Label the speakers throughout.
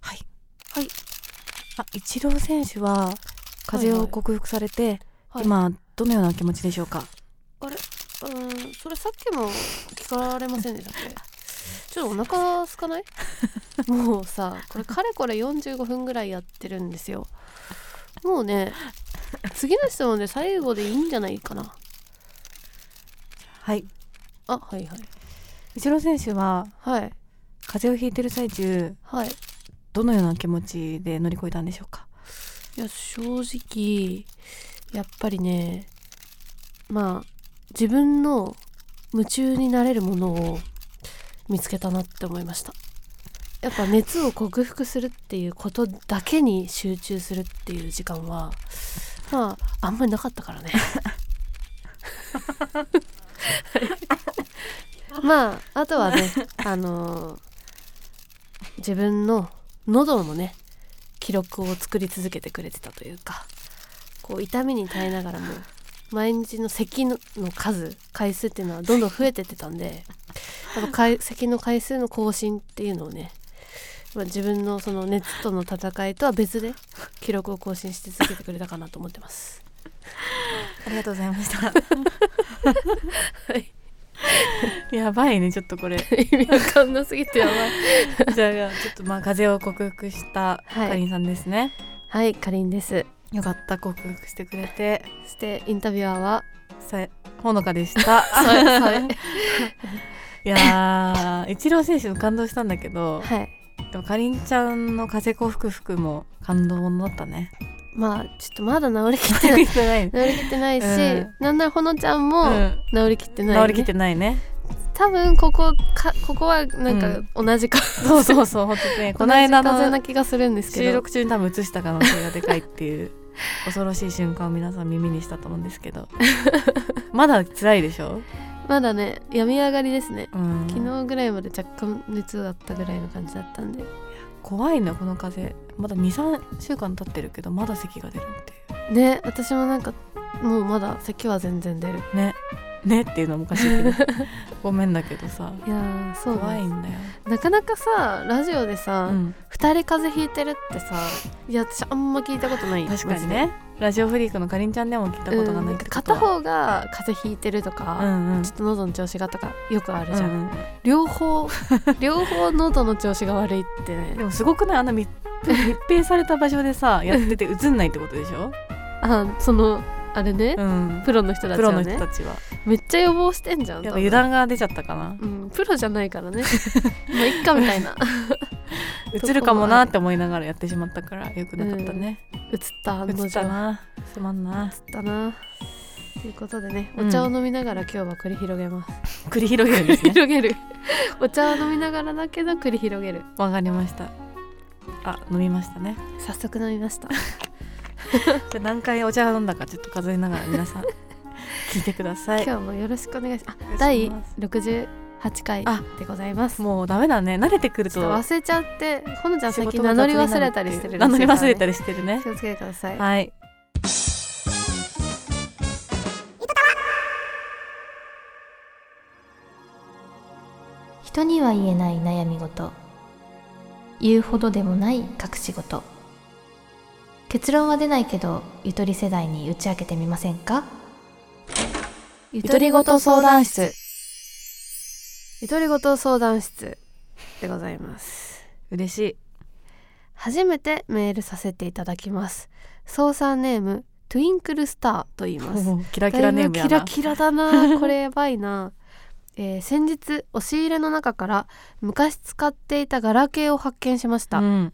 Speaker 1: はい。
Speaker 2: はい。
Speaker 1: あ、イチロー選手は風邪を克服されて、
Speaker 2: はい
Speaker 1: 今どのようなお気持ちでしょうか。
Speaker 2: うーんそれさっきも聞かれませんでしたっけちょっとお腹空かないもうさこれかれこれ45分ぐらいやってるんですよもうね次の質問で最後でいいんじゃないかな
Speaker 1: はい。
Speaker 2: あはいはい
Speaker 1: イチロー選手は
Speaker 2: はい
Speaker 1: 風邪をひいてる最中、
Speaker 2: はい
Speaker 1: どのような気持ちで乗り越えたんでしょうか。
Speaker 2: いや正直やっぱりねまあ自分の夢中になれるものを見つけたなって思いましたやっぱ熱を克服するっていうことだけに集中するっていう時間はまああんまりなかったからねまああとはねあのー自分の喉のね記録を作り続けてくれてたというかこう痛みに耐えながらも毎日の咳のの数回数っていうのはどんどん増えてってたんでやっぱ回咳の回数の更新っていうのをねまあ自分のその熱との戦いとは別で記録を更新し続けてくれたかなと思ってます。
Speaker 1: ありがとうございました。
Speaker 2: はい、
Speaker 1: やばいね、ちょっとこれ。
Speaker 2: 意味わかんなすぎてやば い。
Speaker 1: じゃあ、ちょっとまあ風邪を克服した
Speaker 2: はい
Speaker 1: かりんさんですね。
Speaker 2: はい、かりんです。
Speaker 1: よかった、克服してくれて、
Speaker 2: そしてインタビュアーは、
Speaker 1: さえほのかでした。
Speaker 2: さえ さえ
Speaker 1: いやー、イチロー選手も感動したんだけど、
Speaker 2: はい。
Speaker 1: でもかりんちゃんの風邪克服も感動ものだった ね。
Speaker 2: まあちょっとまだ治りき ってない
Speaker 1: してない。
Speaker 2: 治りきってないし、
Speaker 1: うん
Speaker 2: なんならほのちゃ
Speaker 1: う
Speaker 2: んも
Speaker 1: ん
Speaker 2: 治りきってない、ね
Speaker 1: 治りきってないね。
Speaker 2: 多分ここかここはなんか同じか、
Speaker 1: そうそうそう、本当にね、 この間
Speaker 2: 同じ風な
Speaker 1: の
Speaker 2: 気がするんですけ
Speaker 1: 収
Speaker 2: ど
Speaker 1: 録中に多分映した可能性がでかいって いう恐ろしい瞬間を皆さん耳にしたと思うんですけど、 まだ辛いでしょ？
Speaker 2: まだね病み上がりですね
Speaker 1: うん。
Speaker 2: 昨日ぐらいまで若干熱があったぐらいの感じだったんで
Speaker 1: 怖いなこの風邪。まだ2、3週間経ってるけどまだ咳が出るってい
Speaker 2: ね私もなんかもうまだ咳は全然出る
Speaker 1: う。ね。ねっていうのもおかしいけ どごめんだけどさ
Speaker 2: いやーそう
Speaker 1: 怖い
Speaker 2: なん
Speaker 1: だよ、
Speaker 2: すなかなかさラジオで
Speaker 1: う
Speaker 2: さ、
Speaker 1: ん、
Speaker 2: 二人風邪ひいてるってさいや私あんま聞いたことない
Speaker 1: 確かに
Speaker 2: マ
Speaker 1: ねラジオフリークのかりんちゃんでも聞い
Speaker 2: ジ
Speaker 1: た
Speaker 2: で
Speaker 1: こ
Speaker 2: う
Speaker 1: とが
Speaker 2: ん
Speaker 1: な
Speaker 2: ないん
Speaker 1: って
Speaker 2: か
Speaker 1: こと
Speaker 2: 片
Speaker 1: は
Speaker 2: 方が風邪ひいてるとか、
Speaker 1: うんうん
Speaker 2: ちょっと喉の調子がとかよくあるじゃん、
Speaker 1: うん
Speaker 2: 両方両方喉の調子が悪いって
Speaker 1: うん、で
Speaker 2: ね
Speaker 1: もすごくないあんな密密閉された場所で さやってて映んないってことでしょ、
Speaker 2: あそのあれね、
Speaker 1: うん、
Speaker 2: プロの人たち
Speaker 1: プロ
Speaker 2: は
Speaker 1: の人
Speaker 2: ね
Speaker 1: たちは
Speaker 2: めっちゃ予防してんじゃん
Speaker 1: やっぱ
Speaker 2: 多分
Speaker 1: 油断が出ちゃったかな
Speaker 2: うん、プロじゃないからねまあいっかみた いな
Speaker 1: 映るかもなって思いながらやってしまったからよくなかったね、
Speaker 2: 映った案
Speaker 1: 映
Speaker 2: の定
Speaker 1: ったなすまんな
Speaker 2: 映ったなということでね
Speaker 1: うん
Speaker 2: お茶を飲みながら今日は繰り広げます、
Speaker 1: 繰り 広げるんですね
Speaker 2: 広げるお茶を飲みながらだけど繰り広げる
Speaker 1: わかりましたあ飲みましたね
Speaker 2: 早速飲みました
Speaker 1: じゃあ何回お茶を飲んだかちょっと数えながら皆さん 聞いてください
Speaker 2: 今日もよろしくお願いします
Speaker 1: お願いします
Speaker 2: 第68回
Speaker 1: あ
Speaker 2: でございます
Speaker 1: もうダメだね慣れてくる
Speaker 2: ち
Speaker 1: と
Speaker 2: ょっと忘れちゃってほのちゃん
Speaker 1: 仕
Speaker 2: 最
Speaker 1: 事
Speaker 2: 近
Speaker 1: が
Speaker 2: 名
Speaker 1: 雑
Speaker 2: 乗
Speaker 1: に
Speaker 2: り
Speaker 1: なる
Speaker 2: 忘れたりしてる
Speaker 1: 名乗り忘れた
Speaker 2: り
Speaker 1: りしてるね
Speaker 2: 気をつけてください、
Speaker 1: はい
Speaker 3: 人には言えない悩み事言うほどでもない隠し事結論は出ないけどゆとり世代に打ち明けてみませんかゆ
Speaker 2: とりごと相談
Speaker 3: 室
Speaker 2: ゆとりごと相談室でございます
Speaker 1: 嬉しい
Speaker 2: 初めてメールさせていただきます操作ネームトゥインクルスターと言います
Speaker 1: おー キラキラネームやな
Speaker 2: だいぶキラキラだなこれやばいな、えー先日押し入れの中から昔使っていたガラケーを発見しました、
Speaker 1: うん、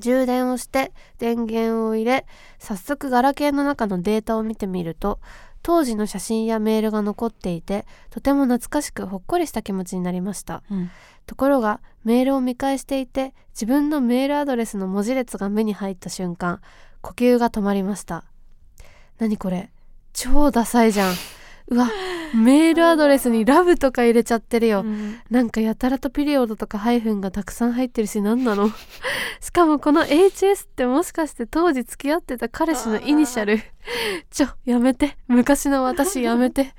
Speaker 2: 充電をして電源を入れ早速ガラケーの中のデータを見てみると当時の写真やメールが残っていてとても懐かしくほっこりした気持ちになりました
Speaker 1: うん
Speaker 2: ところがメールを見返していて自分のメールアドレスの文字列が目に入った瞬間呼吸が止まりました何これ超ダサいじゃんうわメールアドレスにラブとか入れちゃってるよなんかやたらとピリオドとかハイフンがたくさん入ってるし何なの しかもこの HS ってもしかして当時付き合ってた彼氏のイニシャルちょやめて昔の私やめて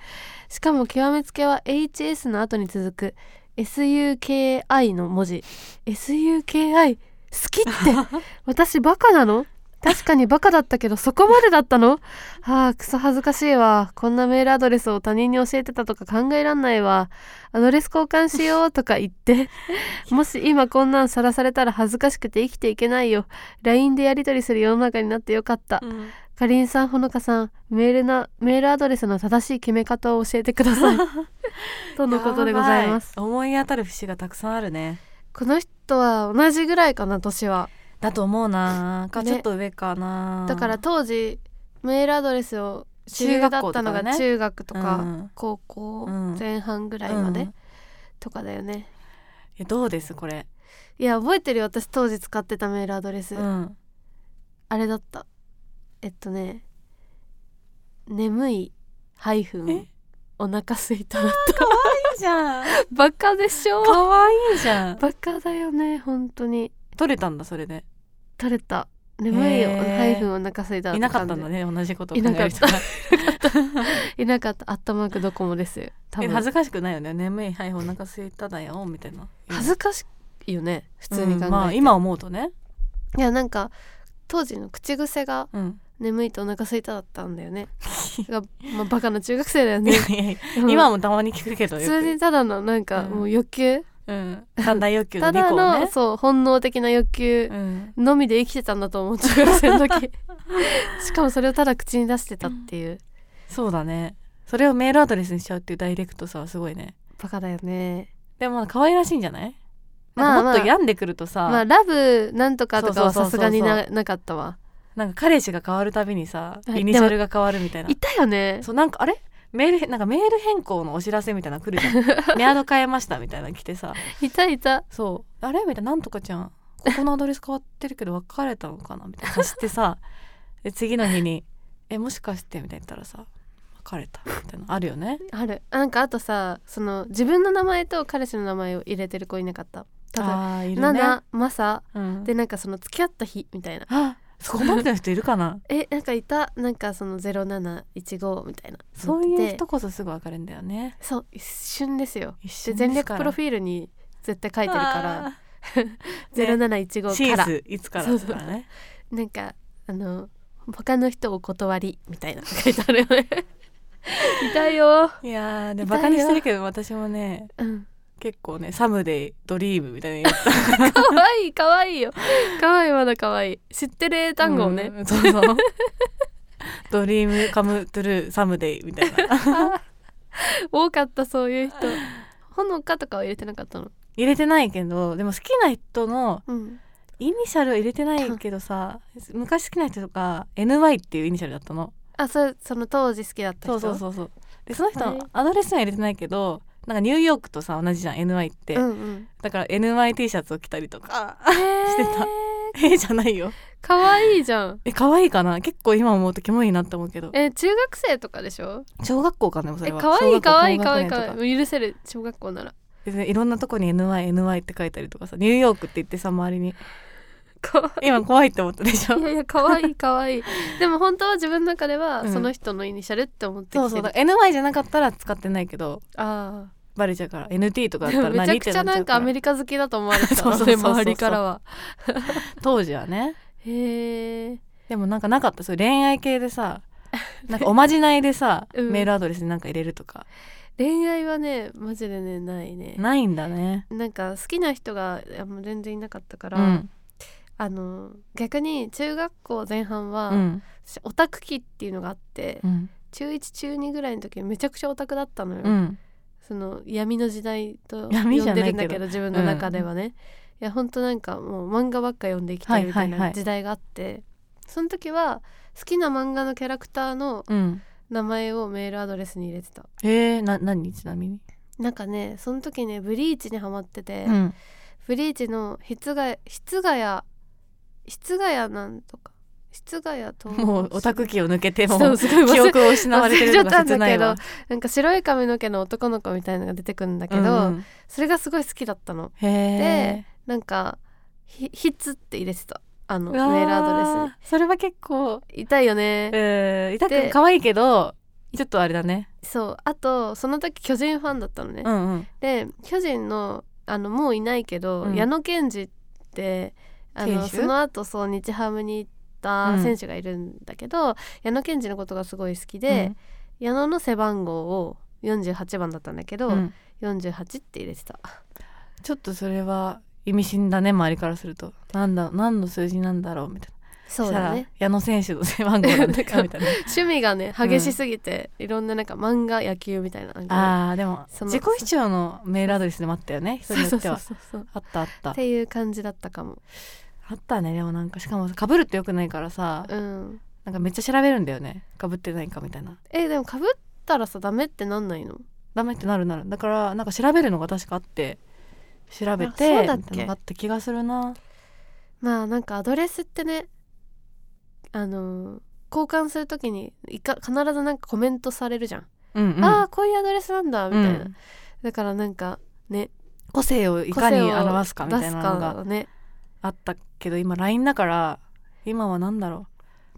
Speaker 2: しかも極めつけは HS の後に続く SUKI の文字 SUKI 好きって私バカなの確かにバカだったけどそこまでだったのああクソ恥ずかしいわこんなメールアドレスを他人に教えてたとか考えらんないわアドレス交換しようとか言ってもし今こんなんさらされたら恥ずかしくて生きていけないよ LINE でやり取りする世の中になってよかった
Speaker 1: うん
Speaker 2: かりんさんほのかさんメールなメールアドレスの正しい決め方を教えてくだ さいとのことでございます
Speaker 1: やば思い当たる節がたくさんあるね
Speaker 2: この人は同じぐらいかな年は
Speaker 1: だと思うなか
Speaker 2: ね
Speaker 1: ちょっと上かな
Speaker 2: だから当時メールアドレスを主流だったのが中学と
Speaker 1: う
Speaker 2: か
Speaker 1: ん
Speaker 2: 高校
Speaker 1: うん
Speaker 2: 前半ぐらい
Speaker 1: う
Speaker 2: ま
Speaker 1: ん
Speaker 2: で
Speaker 1: い
Speaker 2: とかだよね
Speaker 1: やどうですこれ
Speaker 2: いや覚えてるよ私当時使ってたメールアドレス
Speaker 1: うん
Speaker 2: あれだったえっとね眠いハイフン
Speaker 1: え
Speaker 2: お腹すいた
Speaker 1: いいじゃん
Speaker 2: バカでしょ
Speaker 1: 可愛いじゃん
Speaker 2: バカだよね本当に
Speaker 1: 取れたんだそれで
Speaker 2: 取れた眠いよ
Speaker 1: へー
Speaker 2: ハイフンお腹すいた
Speaker 1: いなかったんだ
Speaker 2: ね
Speaker 1: ね同じことを
Speaker 2: い
Speaker 1: 考
Speaker 2: な
Speaker 1: え
Speaker 2: か
Speaker 1: る
Speaker 2: っ
Speaker 1: 人
Speaker 2: た
Speaker 1: が
Speaker 2: いなかったあったまーくドコモですよ 多
Speaker 1: え
Speaker 2: 分
Speaker 1: 恥ずかしくないよね眠いはいお腹空いただよみたいな
Speaker 2: 恥ずかしいよね普通に考えて、
Speaker 1: うんまあ今思うとね
Speaker 2: いやなんか当時の口癖が
Speaker 1: うん
Speaker 2: 眠いとお腹空いただったんだ よねが、まあ、バカな中学生だよね
Speaker 1: いやいやいや
Speaker 2: う ん
Speaker 1: 今もたまに聞くけど
Speaker 2: 普
Speaker 1: よ
Speaker 2: 通に
Speaker 1: く
Speaker 2: ただのなんか
Speaker 1: うん
Speaker 2: もう欲求、
Speaker 1: うん三大欲求の
Speaker 2: た
Speaker 1: 2
Speaker 2: だ
Speaker 1: 個を
Speaker 2: の、
Speaker 1: ね
Speaker 2: そう本能的な欲求
Speaker 1: うん
Speaker 2: のみで生きてたんだと思う中学生の 時しかもそれをただ口に出してたっていう、
Speaker 1: そうだねそれをメールアドレスにしちゃうっていうダイレクトさはすごいね
Speaker 2: バカだよね
Speaker 1: でも可愛らしいんじゃない
Speaker 2: ま
Speaker 1: なん
Speaker 2: あ
Speaker 1: かもっと病んでくるとさ、
Speaker 2: まあラブなんとかとかは
Speaker 1: そうそ
Speaker 2: さ
Speaker 1: う
Speaker 2: す
Speaker 1: そうそう
Speaker 2: がにななかったわ
Speaker 1: なんか彼氏が変わるたびにさ
Speaker 2: はい
Speaker 1: イニシャルが変わるみたいない
Speaker 2: たよね
Speaker 1: そうなんかあれメールなんかメール変更のお知らせみたいなの来るじゃ んメアド変えましたみたいなの来てさ
Speaker 2: いたいた
Speaker 1: そうあれみたいななんとかちゃんここのアドレス変わってるけど別れたのかなみたいな走ってさ で次の日に「えもしかして」みたいな言ったらさ「別れた」みたいなのあるよね
Speaker 2: あるなんかあとさその自分の名前と彼氏の名前を入れてる子いなかったただ
Speaker 1: あーい
Speaker 2: 「
Speaker 1: る
Speaker 2: ナ
Speaker 1: ね
Speaker 2: ナマサ」
Speaker 1: うん、
Speaker 2: でなんかその付き合った日みたいな
Speaker 1: あそこまでの人いるか な
Speaker 2: えなんかいたなんかその0715みたいな
Speaker 1: そういう
Speaker 2: 人
Speaker 1: 人こそすぐ別れるんだよね
Speaker 2: そう一瞬ですよ
Speaker 1: 一緒
Speaker 2: で全力プロフィールに絶対書いてるから
Speaker 1: シ
Speaker 2: 0715か
Speaker 1: ー
Speaker 2: ら、
Speaker 1: ズいつから
Speaker 2: そう
Speaker 1: だ
Speaker 2: そう
Speaker 1: からね
Speaker 2: なんかあの他の人お断りみたいなの書いてあるよねいたよ、
Speaker 1: いやーで
Speaker 2: 痛いよ
Speaker 1: バカにしてるけど私もね
Speaker 2: うん、
Speaker 1: 結構ね「サムデイドリーム」みたいな言っ
Speaker 2: かわいいかわいいよかわいいまだかわいい知ってる英単語をね、
Speaker 1: うんそうそう ドリームカムトゥルーサムデイみたい な
Speaker 2: 多かったそうい う人ほのかとかは入れてなかったの
Speaker 1: 入れてないけどでも好きな人の
Speaker 2: うん
Speaker 1: イニシャルを入れてないけどさ昔好きな人とか NY っていうイニシャルだったの
Speaker 2: あそその当時好きだった
Speaker 1: そうそ
Speaker 2: 人
Speaker 1: うそうそうでその人
Speaker 2: はい
Speaker 1: のアドレスには入れてないけどなんかニューヨークとさ同じじゃん NY って、
Speaker 2: うんうん、
Speaker 1: だから NYT シャツを着たりとか
Speaker 2: して
Speaker 1: た ええじゃないよ
Speaker 2: かわいいじゃん
Speaker 1: え可愛いかな結構今思うとキモいなって思うけど
Speaker 2: え中学生とかでしょ
Speaker 1: 小学校かなでもそ
Speaker 2: え
Speaker 1: れは
Speaker 2: かわいいかわいいかわいい
Speaker 1: 小学校高学年と
Speaker 2: かわいい許せる小学校なら
Speaker 1: でねいろんなとこに NY NY って書いたりとかさニューヨークって言ってさ周り に
Speaker 2: かわ
Speaker 1: 今怖いって思ったでしょ
Speaker 2: いいやいやかわいいかわいいでも本当は自分の中では
Speaker 1: うん
Speaker 2: その人のイニシャルって思ってきて
Speaker 1: そ
Speaker 2: る、
Speaker 1: うそうだから NY じゃなかったら使ってないけど
Speaker 2: あ
Speaker 1: バレちゃうから NT とか
Speaker 2: あ
Speaker 1: だっ
Speaker 2: め
Speaker 1: たら
Speaker 2: ちゃ
Speaker 1: 何っ
Speaker 2: く
Speaker 1: て
Speaker 2: ちゃな
Speaker 1: っ
Speaker 2: ん
Speaker 1: ち
Speaker 2: か
Speaker 1: ゃ
Speaker 2: ア
Speaker 1: う
Speaker 2: メ
Speaker 1: ら
Speaker 2: リカ好きだと思われてた
Speaker 1: そうそうそう
Speaker 2: の
Speaker 1: そう
Speaker 2: で周りからは
Speaker 1: 当時はね
Speaker 2: へえ
Speaker 1: でもなんかなかったそういう恋愛系でさなんかおまじないでさ、
Speaker 2: うん
Speaker 1: メールアドレスになんか入れるとか
Speaker 2: 恋愛はねマジでねないね
Speaker 1: ないんだね
Speaker 2: なんか好きな人があんま全然いなかったから、
Speaker 1: うん
Speaker 2: あの逆に中学校前半は、
Speaker 1: うん
Speaker 2: 私オタク期っていうのがあって、
Speaker 1: うん
Speaker 2: 中1中2ぐらいの時めちゃくちゃオタクだったのよ、
Speaker 1: うん
Speaker 2: その闇の時代と呼ん
Speaker 1: 闇じゃな
Speaker 2: で
Speaker 1: いけど
Speaker 2: るんだけど自分の中ではね、いやほんとなんかもう漫画ばっか読んで生きてるみた
Speaker 1: は
Speaker 2: い
Speaker 1: いはいは
Speaker 2: ない時代があって、その時は好きな漫画のキャラクターの
Speaker 1: うん
Speaker 2: 名前をメールアドレスに入れてた
Speaker 1: えー、な何ちなみに、
Speaker 2: なんかねその時ねブリーチにハマってて、
Speaker 1: うん
Speaker 2: ブリーチの室外室外室外なんとか室外と
Speaker 1: もうオタク期を抜けても
Speaker 2: そうすごい忘れ
Speaker 1: 記憶を失われてるのが切ないわ
Speaker 2: 忘れちゃったんだなんか白い髪の毛の男の子みたいのが出てくるんだけど、
Speaker 1: うんうん
Speaker 2: それがすごい好きだったの
Speaker 1: へえ
Speaker 2: でなんか「ひひつ」って入れてたあの
Speaker 1: メ
Speaker 2: メールアドレス
Speaker 1: スそれは結構
Speaker 2: に痛いよね
Speaker 1: うん痛
Speaker 2: で
Speaker 1: く可愛いけどちょっとあれだね
Speaker 2: そうあとその時巨人ファンだったのね、
Speaker 1: うんうん
Speaker 2: で巨人のあのもういないけど、
Speaker 1: うん
Speaker 2: 矢野健二ってあ
Speaker 1: 選
Speaker 2: の
Speaker 1: 手
Speaker 2: その後そう日ハムに行った選手がいるんだけど、矢野健二のことがすごい好きで、矢野の背番号を48番だったんだけど、
Speaker 1: うんうん
Speaker 2: 48って入れてた
Speaker 1: ちょっとそれは意味深だね周りからするとなんだ何の数字なんだろうみたいな
Speaker 2: そうだね
Speaker 1: したら矢野選手の背番号なんだ
Speaker 2: なんか
Speaker 1: かみ たいな
Speaker 2: 趣味がね激しすぎて、いろんななんか漫画野球みたいななんかね
Speaker 1: あーでも
Speaker 2: その
Speaker 1: 自己主張のメールアドレスでもあったよね人
Speaker 2: そう
Speaker 1: によ
Speaker 2: そう
Speaker 1: って
Speaker 2: そう
Speaker 1: は
Speaker 2: そうそう
Speaker 1: あったあった
Speaker 2: っていう感じだったかも
Speaker 1: あったねでもなんかしかもかぶるってよくないからさ
Speaker 2: うん
Speaker 1: なんかめっちゃ調べるんだよねかぶってないかみたいな
Speaker 2: えでもかぶったらさダメってなんないの
Speaker 1: ダメってなるなるだからなんか調べるのが確かあって調べて
Speaker 2: あそうだっけ
Speaker 1: みたいなのがあった気がするな
Speaker 2: まあなんかアドレスってねあのー交換するときにいか必ずなんかコメントされるじゃん、
Speaker 1: うんうん
Speaker 2: ああこういうアドレスなんだみたいな、
Speaker 1: うん
Speaker 2: だからなんかね
Speaker 1: 個性をいかに表すかみたいなの
Speaker 2: 出す
Speaker 1: が
Speaker 2: かね
Speaker 1: あったけど今 LINE だから今は何だろ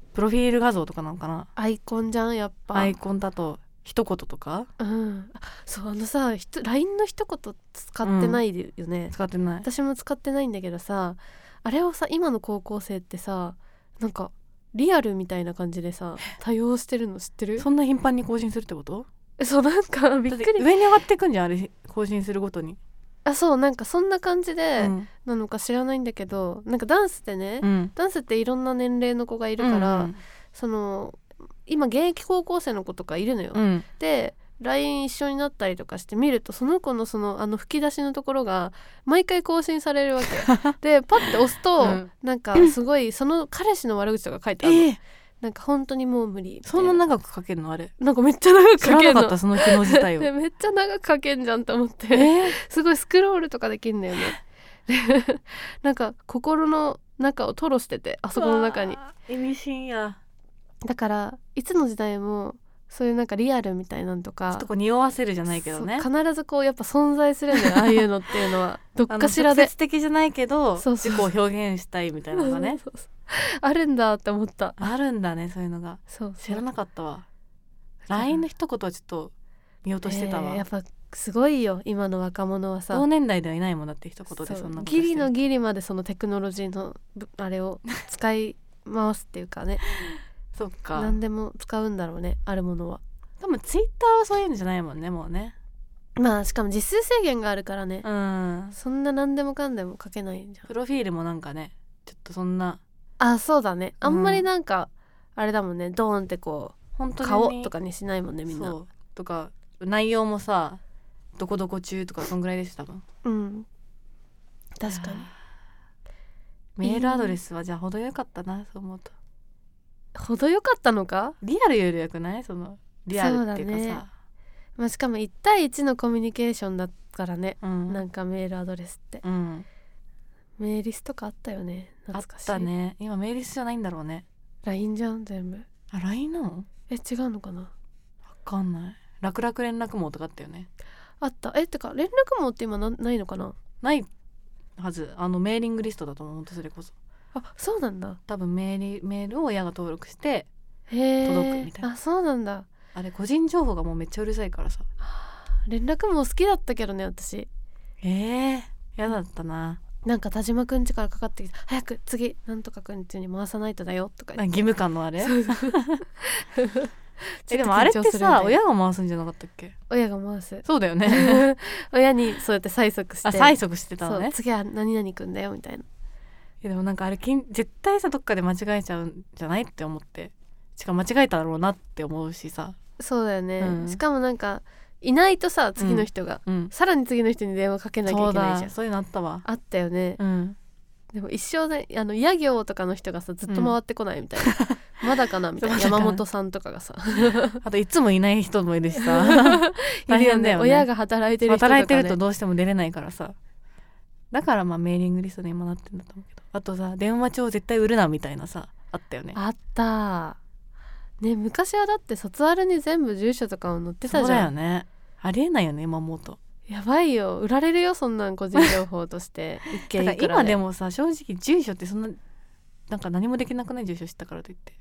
Speaker 1: うプロフィール画像とかなのかな
Speaker 2: アイコンじゃんやっぱ、
Speaker 1: アイコンだと一言とか
Speaker 2: うんあそうあのさひと LINE の一言使ってないよね、
Speaker 1: 使ってない
Speaker 2: 私も使ってないんだけどさあれをさ今の高校生ってさなんかリアルみたいな感じでさ多用してるの知ってる
Speaker 1: そんな頻繁に更新するってこと
Speaker 2: えそうなんかびっ
Speaker 1: だ
Speaker 2: くり
Speaker 1: て上に上がってくんじゃんあれ更新するごとに、
Speaker 2: あそうなんかそんな感じで
Speaker 1: うん
Speaker 2: なのか知らないんだけどなんかダンスってね、
Speaker 1: うん
Speaker 2: ダンスっていろんな年齢の子がいるから、
Speaker 1: うん
Speaker 2: その今現役高校生の子とかいるのよ、
Speaker 1: うん
Speaker 2: で LINE 一緒になったりとかして見るとその子のそのあの吹き出しのところが毎回更新される わけでパッて押すと、
Speaker 1: うん
Speaker 2: なん かすごいその彼氏の悪口とか書いてあるの、
Speaker 1: ええ
Speaker 2: なんか本当にもう無理みたい
Speaker 1: そんな長く書けるのあれ
Speaker 2: なんかめっちゃ長く
Speaker 1: 知
Speaker 2: 書
Speaker 1: らなん
Speaker 2: け
Speaker 1: かった
Speaker 2: の
Speaker 1: その機能自体を
Speaker 2: でめっちゃ長く書けんじゃんと思って、
Speaker 1: ええ
Speaker 2: すごいスクロールとかできんだよねでなんか心の中を吐露しててあそこの中に
Speaker 1: うわー意味深や
Speaker 2: だからいつの時代もそういうなんかリアルみたいなんと
Speaker 1: ちょ
Speaker 2: か
Speaker 1: っとこう匂わせるじゃないけどね
Speaker 2: そう必ずこうやっぱ存在するんだよああいうのっていうのはどっ
Speaker 1: あの
Speaker 2: かしらで
Speaker 1: 直接的じゃないけど
Speaker 2: そうそう
Speaker 1: 自己を表現したいみたいなのがね
Speaker 2: そうそうそうあるんだって思った
Speaker 1: あるんだねそういうのが
Speaker 2: そう
Speaker 1: 知らなかったわ
Speaker 2: そう
Speaker 1: LINE の一言はちょっと見落としてたわ、
Speaker 2: えーやっぱすごいよ今の若者はさ
Speaker 1: 同年代ではいないもんだって一言でそんな
Speaker 2: そう
Speaker 1: こと
Speaker 2: ギリの
Speaker 1: ギ
Speaker 2: ギリまでそのテクノロジーのぶあれを使い回すっていうかね
Speaker 1: そっ か
Speaker 2: 何でも使うんだろうねあるものは
Speaker 1: でもツイッターはそういうのじゃないもんねもうね
Speaker 2: まあしかも実数制限があるからね、
Speaker 1: うん
Speaker 2: そんな何でもかんでも書けないんじゃん
Speaker 1: プロフィールもなんかねちょっとそんな
Speaker 2: あそうだねあんま
Speaker 1: う
Speaker 2: り
Speaker 1: ん
Speaker 2: なんか、あれだもんねドーンってこ
Speaker 1: 本当
Speaker 2: う
Speaker 1: に
Speaker 2: 顔とかにしないもんねみんな
Speaker 1: そうとか内容もさどこどこ中とかそんぐらいでしたもん
Speaker 2: うん確かに
Speaker 1: メールアドレスはじゃあ程よかったなそう思うと
Speaker 2: 程よかったのか、
Speaker 1: リアルよりよくないそのリアルっていうか
Speaker 2: そうだね
Speaker 1: さ
Speaker 2: まあ、しかも1対1のコミュニケーションだからね、
Speaker 1: う,、
Speaker 2: なんかメールアドレスって
Speaker 1: ん、うん、
Speaker 2: メーリスとかあったよね
Speaker 1: あ
Speaker 2: 懐
Speaker 1: っ
Speaker 2: かしい
Speaker 1: たね今メールじゃないんだろうね
Speaker 2: LINE じゃん全部
Speaker 1: あ LINE なのわ
Speaker 2: え違うのかな
Speaker 1: かんない楽々連絡網とかあったよね
Speaker 2: あったえってか連絡網って今なないのかな
Speaker 1: ないはずあのメーリングリストだと思うほんとそれこそ
Speaker 2: あそうなんだ
Speaker 1: 多分メールメールを親が登録して
Speaker 2: へえ
Speaker 1: 届くみたいな
Speaker 2: あそうなんだ
Speaker 1: あれ個人情報がもうめっちゃうるさいからさ
Speaker 2: 連絡網好きだったけどね私
Speaker 1: ええー、やだったな
Speaker 2: なんか田島くん家からかかってきて「早く次なんとかくん家に回さないとだよ」とか
Speaker 1: な
Speaker 2: 言っ
Speaker 1: んか義務感のあれ
Speaker 2: て そうそう
Speaker 1: えでもあれって
Speaker 2: ちょと緊張するみた
Speaker 1: さ
Speaker 2: いな
Speaker 1: 親が回すんじゃなかったっけ
Speaker 2: 親が回す
Speaker 1: そうだよね
Speaker 2: 親にそうやって催促して
Speaker 1: あ催促してた
Speaker 2: そ
Speaker 1: の
Speaker 2: う
Speaker 1: ね
Speaker 2: 次は何々くんだよみたいな
Speaker 1: えでもなんかあれきん絶対さどっかで間違えちゃうんじゃないって思ってしかも間違えたろうなって思うしさ
Speaker 2: そうだよね、
Speaker 1: うん
Speaker 2: しかもなんかいないとさ次の人が、
Speaker 1: うん
Speaker 2: さらに次の人に電話かけなきゃ
Speaker 1: そ
Speaker 2: いうけないじゃ
Speaker 1: だ
Speaker 2: ん
Speaker 1: そういうのあったわ
Speaker 2: あったよね、
Speaker 1: うん
Speaker 2: でも一生ねあの野行とかの人がさずっと回ってこないみ たいな、まだかなみたいな
Speaker 1: まだかな
Speaker 2: 山本さんとかがさ
Speaker 1: あといつもいない人もいるしさ大変だよね
Speaker 2: 親が働いてる人とか、ね、
Speaker 1: 働いてるとどうしても出れないからさだからまあメーリングリストに今なってんだと思うけどあとさ電話帳絶対売るなみたいなさあったよね
Speaker 2: あったね昔はだって卒アルに全部住所とかを載ってた
Speaker 1: そう
Speaker 2: じ
Speaker 1: だ
Speaker 2: ゃ
Speaker 1: よ
Speaker 2: ん、
Speaker 1: ねありえないよね今思うと
Speaker 2: やばいよ売られるよそんなん個人情報として 一
Speaker 1: だ
Speaker 2: 件
Speaker 1: から
Speaker 2: いくら
Speaker 1: 今で
Speaker 2: も
Speaker 1: もさ正直住所ってそんななんか何もできなくない住所知ったからといって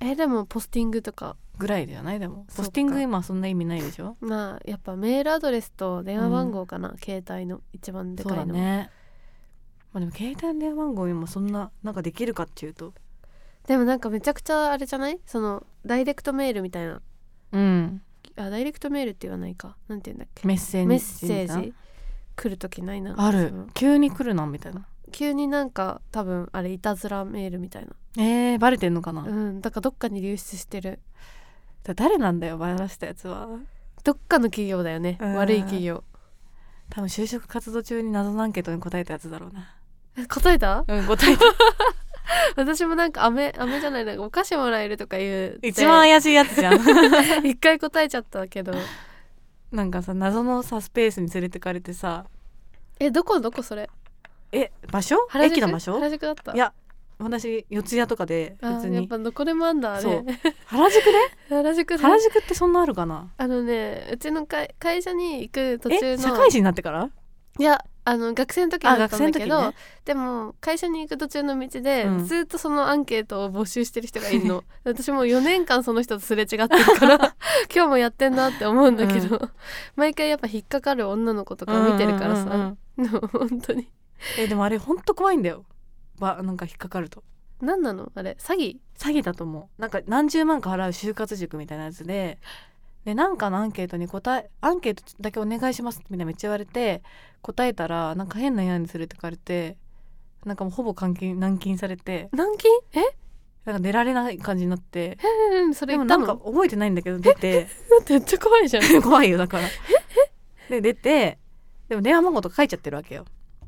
Speaker 2: えでもポスティングとか
Speaker 1: ぐらいじゃないでも
Speaker 2: そっか
Speaker 1: ポスティング今そんな意味ないでしょ
Speaker 2: まあやっぱメールアドレスと電話番号かな、携帯の一番で
Speaker 1: そう
Speaker 2: か
Speaker 1: だ
Speaker 2: いの、
Speaker 1: ねまあでも携帯電話番号今そんななんかできるかっていうと
Speaker 2: でもなんかめちゃくちゃあれじゃないそのダイレクトメールみたいな
Speaker 1: うん
Speaker 2: あダイレクトメールって言わないかなんて言うんだっけ
Speaker 1: メッセージ
Speaker 2: メッセージ来る時ないなんか
Speaker 1: あ
Speaker 2: そ
Speaker 1: る
Speaker 2: の
Speaker 1: 急に来るなみたいな
Speaker 2: 急になんか多分あれいたずらメールみたいな
Speaker 1: えー、バレてんのかな、
Speaker 2: うんだからどっかに流出してる
Speaker 1: だ誰なんだよバラしたやつは
Speaker 2: どっかの企業だよね
Speaker 1: うん
Speaker 2: 悪い企業
Speaker 1: 多分就職活動中に謎のアンケートに答えたやつだろうな
Speaker 2: え答えた
Speaker 1: うん答えた
Speaker 2: 私もなんか飴飴じゃないなんかお菓子もらえるとか言う て
Speaker 1: 一番怪しいやつじゃん
Speaker 2: 一回答えちゃったけど
Speaker 1: なんかさ謎のさスペースに連れてかれてさ
Speaker 2: えどこどこそれ
Speaker 1: え場所
Speaker 2: 原宿
Speaker 1: 駅の場所
Speaker 2: 原宿だった
Speaker 1: いや私四谷とかで
Speaker 2: あ
Speaker 1: 別
Speaker 2: やっ
Speaker 1: に
Speaker 2: ぱどこでもあんだあ
Speaker 1: そ
Speaker 2: れ
Speaker 1: う原宿で
Speaker 2: 原宿で
Speaker 1: 原宿ってそんなあるかな
Speaker 2: あのねうちの会会社に行く途中
Speaker 1: え
Speaker 2: の
Speaker 1: 社会人になってから
Speaker 2: いやあの学生の時に
Speaker 1: あ
Speaker 2: だったんだけど、
Speaker 1: 学生の時ね
Speaker 2: でも会社に行く途中の道で、
Speaker 1: うん
Speaker 2: ずっとそのアンケートを募集してる人がいる の私もう4年間その人とすれ違ってるから今日もやってんなって思うんだけど、毎回やっぱ引っかかる女の子とかを見てるから
Speaker 1: うんうんうんう
Speaker 2: さ、
Speaker 1: ん
Speaker 2: でも本当に
Speaker 1: えでもあれほんと怖いんだよばなんか引っかかると
Speaker 2: 何なのあれ詐欺
Speaker 1: 詐欺だと思うなんか何十万か払う就活塾みたいなやつででなんかのアンケートに答えアンケートだけお願いしますみたいなめっちゃ言われて答えたらなんか変な部屋に連れてかれてなんかもうほぼ監禁軟禁されて
Speaker 2: 軟禁え
Speaker 1: なんか出られない感じになって
Speaker 2: えそ
Speaker 1: で
Speaker 2: れ言
Speaker 1: も
Speaker 2: った
Speaker 1: なん
Speaker 2: の
Speaker 1: か
Speaker 2: だ
Speaker 1: 覚えてないんだけど出て
Speaker 2: ってめっちゃ 怖いじゃん
Speaker 1: 怖いよだから で出てでも電話番号とか書いちゃってるわけよ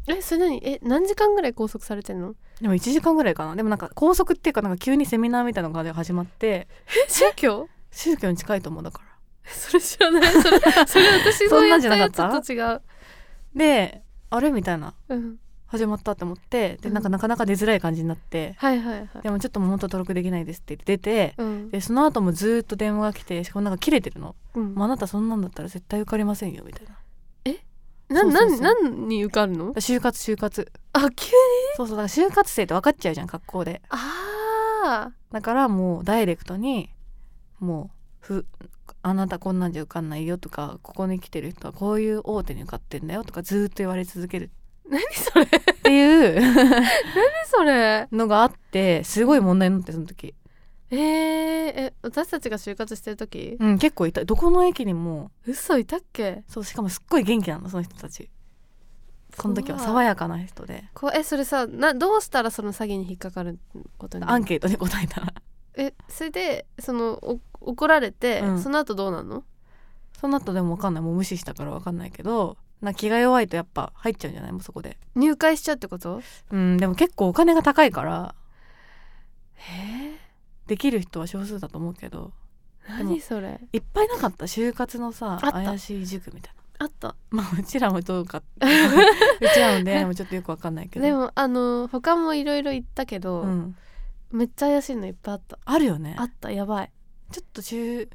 Speaker 2: えそれ何え何時間ぐらい拘束されてんの
Speaker 1: でも1時間ぐらいかなでもなんか拘束っていうかなんか急にセミナーみたいなのが始まって
Speaker 2: え宗教
Speaker 1: 宗教に近いと思うだから
Speaker 2: それ知らないそれそれ私
Speaker 1: そ
Speaker 2: の
Speaker 1: ん
Speaker 2: や
Speaker 1: な
Speaker 2: っ
Speaker 1: んじゃ
Speaker 2: た
Speaker 1: なか
Speaker 2: や
Speaker 1: った
Speaker 2: つと違う
Speaker 1: であれみたいな
Speaker 2: うん
Speaker 1: 始まったって思ってで
Speaker 2: うん
Speaker 1: なんかなかなか出づらい感じになって、
Speaker 2: はいはいはい
Speaker 1: でもちょっともう登録できないですって言って出て、
Speaker 2: うん
Speaker 1: でその後もずーっと電話が来てしかもなんか切れてるの、
Speaker 2: うん
Speaker 1: もうあなたそんなんだったら絶対受かりませんよみたいな
Speaker 2: な、
Speaker 1: そう
Speaker 2: な
Speaker 1: そうそ
Speaker 2: ん、
Speaker 1: う
Speaker 2: なんに受かるの
Speaker 1: 就活就活
Speaker 2: あ、急に
Speaker 1: そうそうだから就活生って分かっちゃうじゃん格好で
Speaker 2: あ
Speaker 1: だからもうダイレクトにもうふあなたこんなんじゃ受かんないよとかここに来てる人はこういう大手に受かってんだよとかずーっと言われ続ける
Speaker 2: ー何それ何
Speaker 1: っていう
Speaker 2: それ
Speaker 1: のがあってすごい問題になってその時、
Speaker 2: えー、え、私たちが就活してる時
Speaker 1: うん、結構いたどこの駅にも
Speaker 2: 嘘いたっけ
Speaker 1: そうしかもすっごい元気なのその人たちその時は爽
Speaker 2: や
Speaker 1: やかな人で
Speaker 2: こえ、それさ、な、どうしたらその詐欺に引っかかることに
Speaker 1: アンケートに答えたら
Speaker 2: え、それで、その、お怒られて、
Speaker 1: うん
Speaker 2: その後どうなんの
Speaker 1: その後でも分かんないもう無視したから分かんないけどなんか気が弱いとやっぱ入っちゃうんじゃないもうそこで
Speaker 2: 入会しちゃうってこと
Speaker 1: うんでも結構お金が高いから
Speaker 2: え
Speaker 1: できる人は少数だと思うけど
Speaker 2: ー、
Speaker 1: でも
Speaker 2: 何それ
Speaker 1: いっぱいなかった就活のさ
Speaker 2: あった
Speaker 1: 怪しい塾みたいな
Speaker 2: あった。
Speaker 1: まあうちらもどうかうちらもねもうちょっとよく分かんないけど
Speaker 2: でも、あの、他もいろいろ言ったけど、
Speaker 1: うん、
Speaker 2: めっちゃ怪しいのいっぱいあった。
Speaker 1: あるよね
Speaker 2: あった、やばい。
Speaker 1: ちょっと中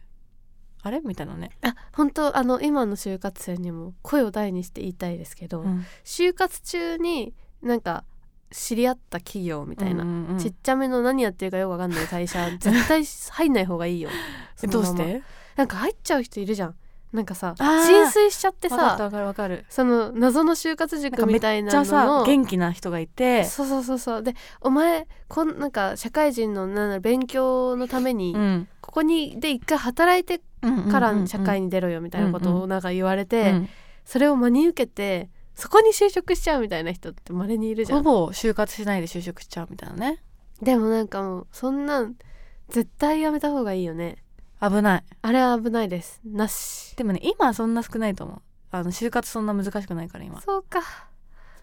Speaker 1: あれみたいなね、
Speaker 2: あ本当あの今の就活生にも声を大にして言いたいですけど、
Speaker 1: うん
Speaker 2: 就活中になんか知り合った企業みたいな、
Speaker 1: うんうんうん
Speaker 2: ちっちゃめの何やってるかよくわかんな い会社絶対入んない方がいいよ
Speaker 1: え
Speaker 2: そ
Speaker 1: ど
Speaker 2: の
Speaker 1: うし
Speaker 2: まま
Speaker 1: て
Speaker 2: なんか入っちゃう人いるじゃんなんかさ
Speaker 1: あー
Speaker 2: 浸水しちゃって
Speaker 1: わかった
Speaker 2: さ
Speaker 1: わかるわかる
Speaker 2: その謎の就活
Speaker 1: なんか
Speaker 2: 塾
Speaker 1: め
Speaker 2: み
Speaker 1: った
Speaker 2: い
Speaker 1: めっ
Speaker 2: な
Speaker 1: ちゃ
Speaker 2: の
Speaker 1: さ
Speaker 2: を
Speaker 1: 元気な人がいて
Speaker 2: そうそうそうそうでお前こんなんか社会人のなんだろう勉強のために、
Speaker 1: ん
Speaker 2: ここにで一回働いてか
Speaker 1: うんうんうんう
Speaker 2: ら
Speaker 1: ん
Speaker 2: 社会に出ろよみたいなこと
Speaker 1: うんう
Speaker 2: をなんか言われて、
Speaker 1: うん
Speaker 2: それを真に受けてそこに就職しちゃうみたいな人ってまれにいるじゃ
Speaker 1: ほ
Speaker 2: ん
Speaker 1: ぼ就活しないで就職しちゃうみたいなね
Speaker 2: でもなんかもうそんなん絶対やめた方がいいよね
Speaker 1: 危ない
Speaker 2: あれは危ないですなし
Speaker 1: でもね今はそんな少ないと思うあの就活そんな難しくないから今
Speaker 2: そうか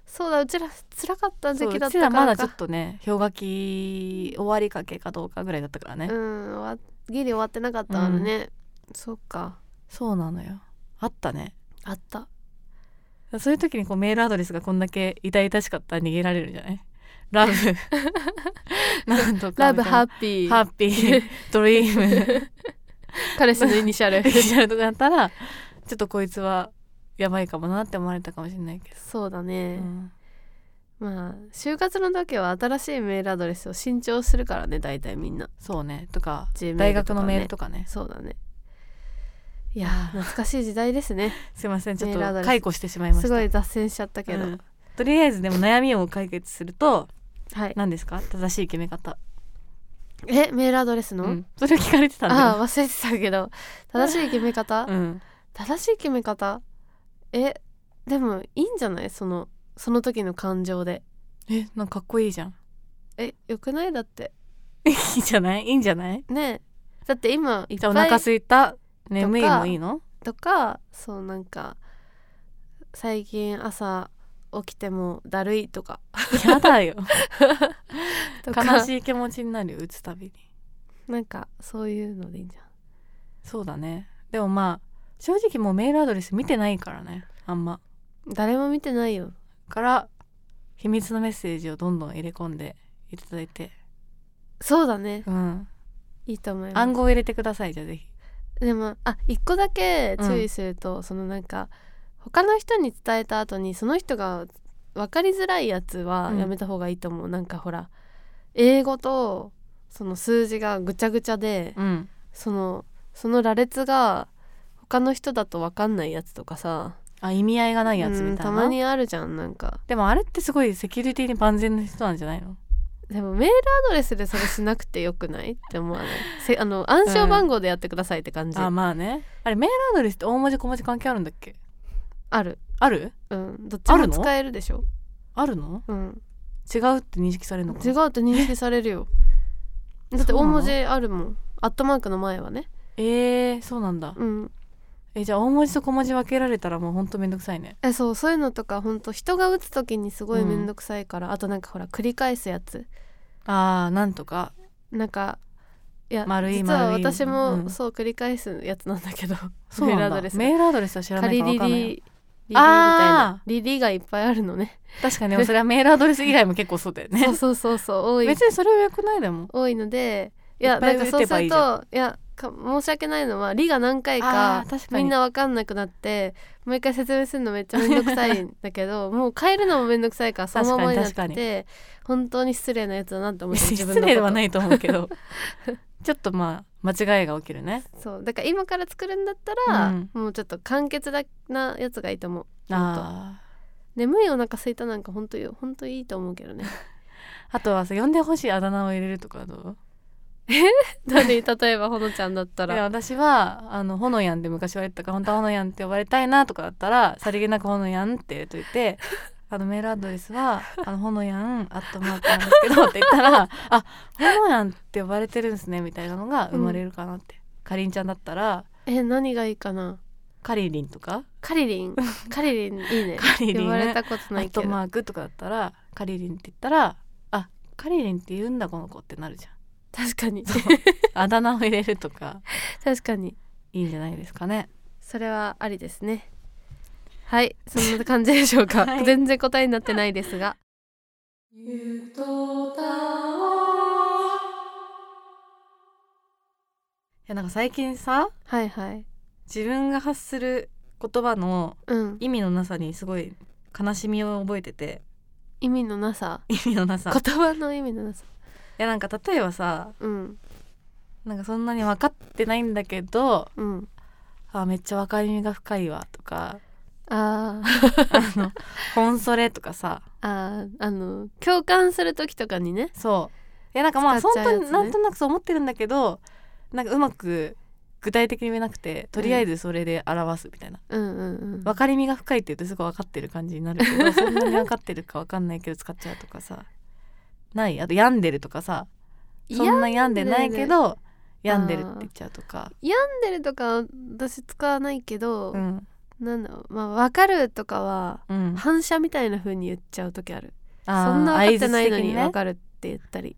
Speaker 2: そうだうちら辛かった
Speaker 1: そう
Speaker 2: 時期だ
Speaker 1: う
Speaker 2: っ
Speaker 1: ち
Speaker 2: た
Speaker 1: ら
Speaker 2: か
Speaker 1: まだ
Speaker 2: らか
Speaker 1: ちょっとね氷河期終わりかけかどうかぐらいだったからね、
Speaker 2: うん終わギリ終わってなかったからね、そうか
Speaker 1: そうなのよあったね
Speaker 2: あった
Speaker 1: そういう時にこうメールアドレスがこんだけ痛々しかったら逃げられるんじゃない ラブなんとか
Speaker 2: ラブハッ
Speaker 1: ピ
Speaker 2: ピー
Speaker 1: ハッピードリーム
Speaker 2: 彼氏のイニシャル
Speaker 1: 歴史あるとかだったらちょっとこいつはやばいかもなって思われたかもしれないけど、
Speaker 2: そうだ
Speaker 1: う
Speaker 2: ね、
Speaker 1: ん
Speaker 2: まあ就活の時は新しいメールアドレスを新調するからね大体みんな
Speaker 1: そうねとか
Speaker 2: Gmail
Speaker 1: 大学のメールと
Speaker 2: と
Speaker 1: かね
Speaker 2: かねそうだねいやー懐かしい時代ですね
Speaker 1: すいませんちょっ
Speaker 2: メールアドレ
Speaker 1: と
Speaker 2: ス
Speaker 1: 解雇してしまいました
Speaker 2: すごい脱線しちゃったけど、
Speaker 1: うんとりあえずでも悩みを解決すると
Speaker 2: はい
Speaker 1: 何ですか正しい決め方、
Speaker 2: えメールアドレスの、
Speaker 1: うんそれを聞かれてたんだよ
Speaker 2: ああ忘れてたけ ど正しい決め方、
Speaker 1: うん、
Speaker 2: 正しい決め方えでもいいんじゃないそのその時の感情で
Speaker 1: えなんかかっこいいじゃん
Speaker 2: えよくないだって
Speaker 1: いいじゃないいいんじゃない
Speaker 2: ねえだって今いっ
Speaker 1: じゃあお
Speaker 2: ぱ
Speaker 1: 腹
Speaker 2: い
Speaker 1: すいた眠いもいいの
Speaker 2: とかそうなんか最近朝起きてもだるいとか
Speaker 1: やだ よ
Speaker 2: とか
Speaker 1: 悲しい気持ちになるよ打つたびに
Speaker 2: なんかそういうのでいいんじゃん
Speaker 1: そうだねでもまあ正直もうメールアドレス見てないからねあんま
Speaker 2: 誰も見てないよ
Speaker 1: から秘密のメッセージをどんどん入れ込んでいただいて
Speaker 2: そうだね
Speaker 1: うん
Speaker 2: いいと思います
Speaker 1: 暗号を入れてくださいじゃあぜひ
Speaker 2: でもあ一個だけ注意すると、そのなんか他の人に伝えた後にその人が分かりづらいやつは
Speaker 1: うん
Speaker 2: やめた方がいいと思う、なんかほら英語とその数字がぐちゃぐちゃで、
Speaker 1: うん
Speaker 2: そのその羅列が他の人だと分かんないやつとかさ
Speaker 1: あ意味合いがないやつ
Speaker 2: うん
Speaker 1: みたい
Speaker 2: た
Speaker 1: な、
Speaker 2: まにあるじゃんなんか
Speaker 1: でもあれってすごいセキュリティに万全な人なんじゃないの
Speaker 2: でもメールアドレスでそれしなくてよくない って思わないせあの暗証番号でやってくださいって感じ、
Speaker 1: あまあねあれメールアドレスって大文字小文字関係あるんだっけ
Speaker 2: ある
Speaker 1: ある
Speaker 2: うんどっち
Speaker 1: ある
Speaker 2: も
Speaker 1: の
Speaker 2: 使えるでしょ
Speaker 1: あるの
Speaker 2: うん
Speaker 1: 違うって認識されるのか
Speaker 2: 違
Speaker 1: な
Speaker 2: うって認識されるよだって
Speaker 1: そう
Speaker 2: 大
Speaker 1: なの
Speaker 2: 文字あるもんアットマークの前はね
Speaker 1: えー、そうなんだ
Speaker 2: うん
Speaker 1: えじゃあ大文字と小文字分けられたらもうほんとめんどくさいね
Speaker 2: えそうそういうのとかほんと人が打つ時にすごい面倒くさいから、あとなんかほら繰り返すやつ
Speaker 1: あーなんとか
Speaker 2: なんかいや
Speaker 1: 丸い
Speaker 2: 実は
Speaker 1: 丸い
Speaker 2: 私も、
Speaker 1: うん
Speaker 2: そう繰り返すやつなんだけど
Speaker 1: そうなんだ
Speaker 2: メールアドレス
Speaker 1: メールアドレスは知ら
Speaker 2: カ
Speaker 1: ない
Speaker 2: リ
Speaker 1: から分
Speaker 2: リリ
Speaker 1: かんないよ
Speaker 2: リリみたいな
Speaker 1: あ
Speaker 2: リリがいっぱいあるの ね
Speaker 1: 確かにでもそれはメールアドレス以外も結構そうだよね
Speaker 2: そうそうそうそう多い
Speaker 1: 別にそれはよくないでも
Speaker 2: 多いのでい
Speaker 1: い
Speaker 2: や
Speaker 1: っぱ
Speaker 2: ないんか
Speaker 1: 打
Speaker 2: そう
Speaker 1: て
Speaker 2: す
Speaker 1: ばい
Speaker 2: る
Speaker 1: いじゃ
Speaker 2: といやか申し訳ないのは「り」が何回
Speaker 1: あ
Speaker 2: か
Speaker 1: ー確かに
Speaker 2: みんな分かんなくなってもう一回説明するのめっちゃめんどくさいんだけ どもう変えるのもめんどくさいからそのままになっ
Speaker 1: 確かに確
Speaker 2: て本当に失礼なやつだなって思って
Speaker 1: 別に
Speaker 2: 自 分
Speaker 1: 失
Speaker 2: のこと
Speaker 1: 礼ではないと思うけど ちょっとまあ間違いが起きるね
Speaker 2: そうだから今から作るんだったら、
Speaker 1: うん
Speaker 2: もうちょっと簡潔なやつがいいと思う
Speaker 1: あ
Speaker 2: 眠いお腹空いたなんか本当よ本当いいと思うけどね
Speaker 1: ーあとはさ呼んでほしいあだ名を入れるとかはどう
Speaker 2: 誰に例えばほのちゃんだった
Speaker 1: いや
Speaker 2: ら
Speaker 1: 私はあのほのやんって昔言われてたから本当はほのやんって呼ばれたいなとかだったらさりげなくほのやんって入れとい てあのメールアドレスはあのほのやんアットマークなんですけどって言った らあほのやんって呼ばれてるんですねみたいなのが生まれるかなって、かりんちゃんだったら
Speaker 2: え何がいいかな
Speaker 1: かりりんとか
Speaker 2: カ リリンカリリンいいね
Speaker 1: カリリンね
Speaker 2: 呼ばれたこと
Speaker 1: ア
Speaker 2: な
Speaker 1: ッ
Speaker 2: いけ
Speaker 1: ト
Speaker 2: ど
Speaker 1: マークとかだったらかりりんって言ったらあかりりんって言うんだこの子ってなるじゃん
Speaker 2: 確かに
Speaker 1: あだ名を入れるとか
Speaker 2: 確かに
Speaker 1: いいんじゃないですかね
Speaker 2: それはありですねはいそんな感じでしょうか、
Speaker 1: はい
Speaker 2: 全然答えになってないですが
Speaker 1: いやなんか最近さ
Speaker 2: はいはい
Speaker 1: 自分が発する言葉の
Speaker 2: うん
Speaker 1: 意味のなさにすごい悲しみを覚えてて
Speaker 2: 意味のなさ
Speaker 1: 意味のなさい
Speaker 2: 言葉の意味のなさ
Speaker 1: やなんか例えばさ
Speaker 2: うん
Speaker 1: なんかそんなに分かってないんだけど
Speaker 2: うん
Speaker 1: あめっちゃ分かりみが深いわとか
Speaker 2: あ
Speaker 1: あ のコンソレとかさ
Speaker 2: ーあーあの共感する時とかにね
Speaker 1: そういやなんかまあ
Speaker 2: 使っ
Speaker 1: 本
Speaker 2: ちゃうや
Speaker 1: 当
Speaker 2: つね
Speaker 1: になんとなくそう思ってるんだけどなんかうまく具体的に言えなくてとりあえずそれで表すみたいな、
Speaker 2: うんうんうん
Speaker 1: 分かりみが深いって言うとすごい分かってる感じになるけどそんなに分かってるか分かんないけど使っちゃうとかさないあと病んでるとかさそんな病んでないけど病んでるって言っちゃうとか、
Speaker 2: 病んでるとかは私使わないけど、
Speaker 1: うん
Speaker 2: なんだろうまあ分かるとかは
Speaker 1: うん、
Speaker 2: 反射みたいな風に言っちゃう時ある
Speaker 1: あー
Speaker 2: そんな分かってないの
Speaker 1: 相槌的
Speaker 2: に
Speaker 1: ね
Speaker 2: 分
Speaker 1: だか
Speaker 2: かるって言ったり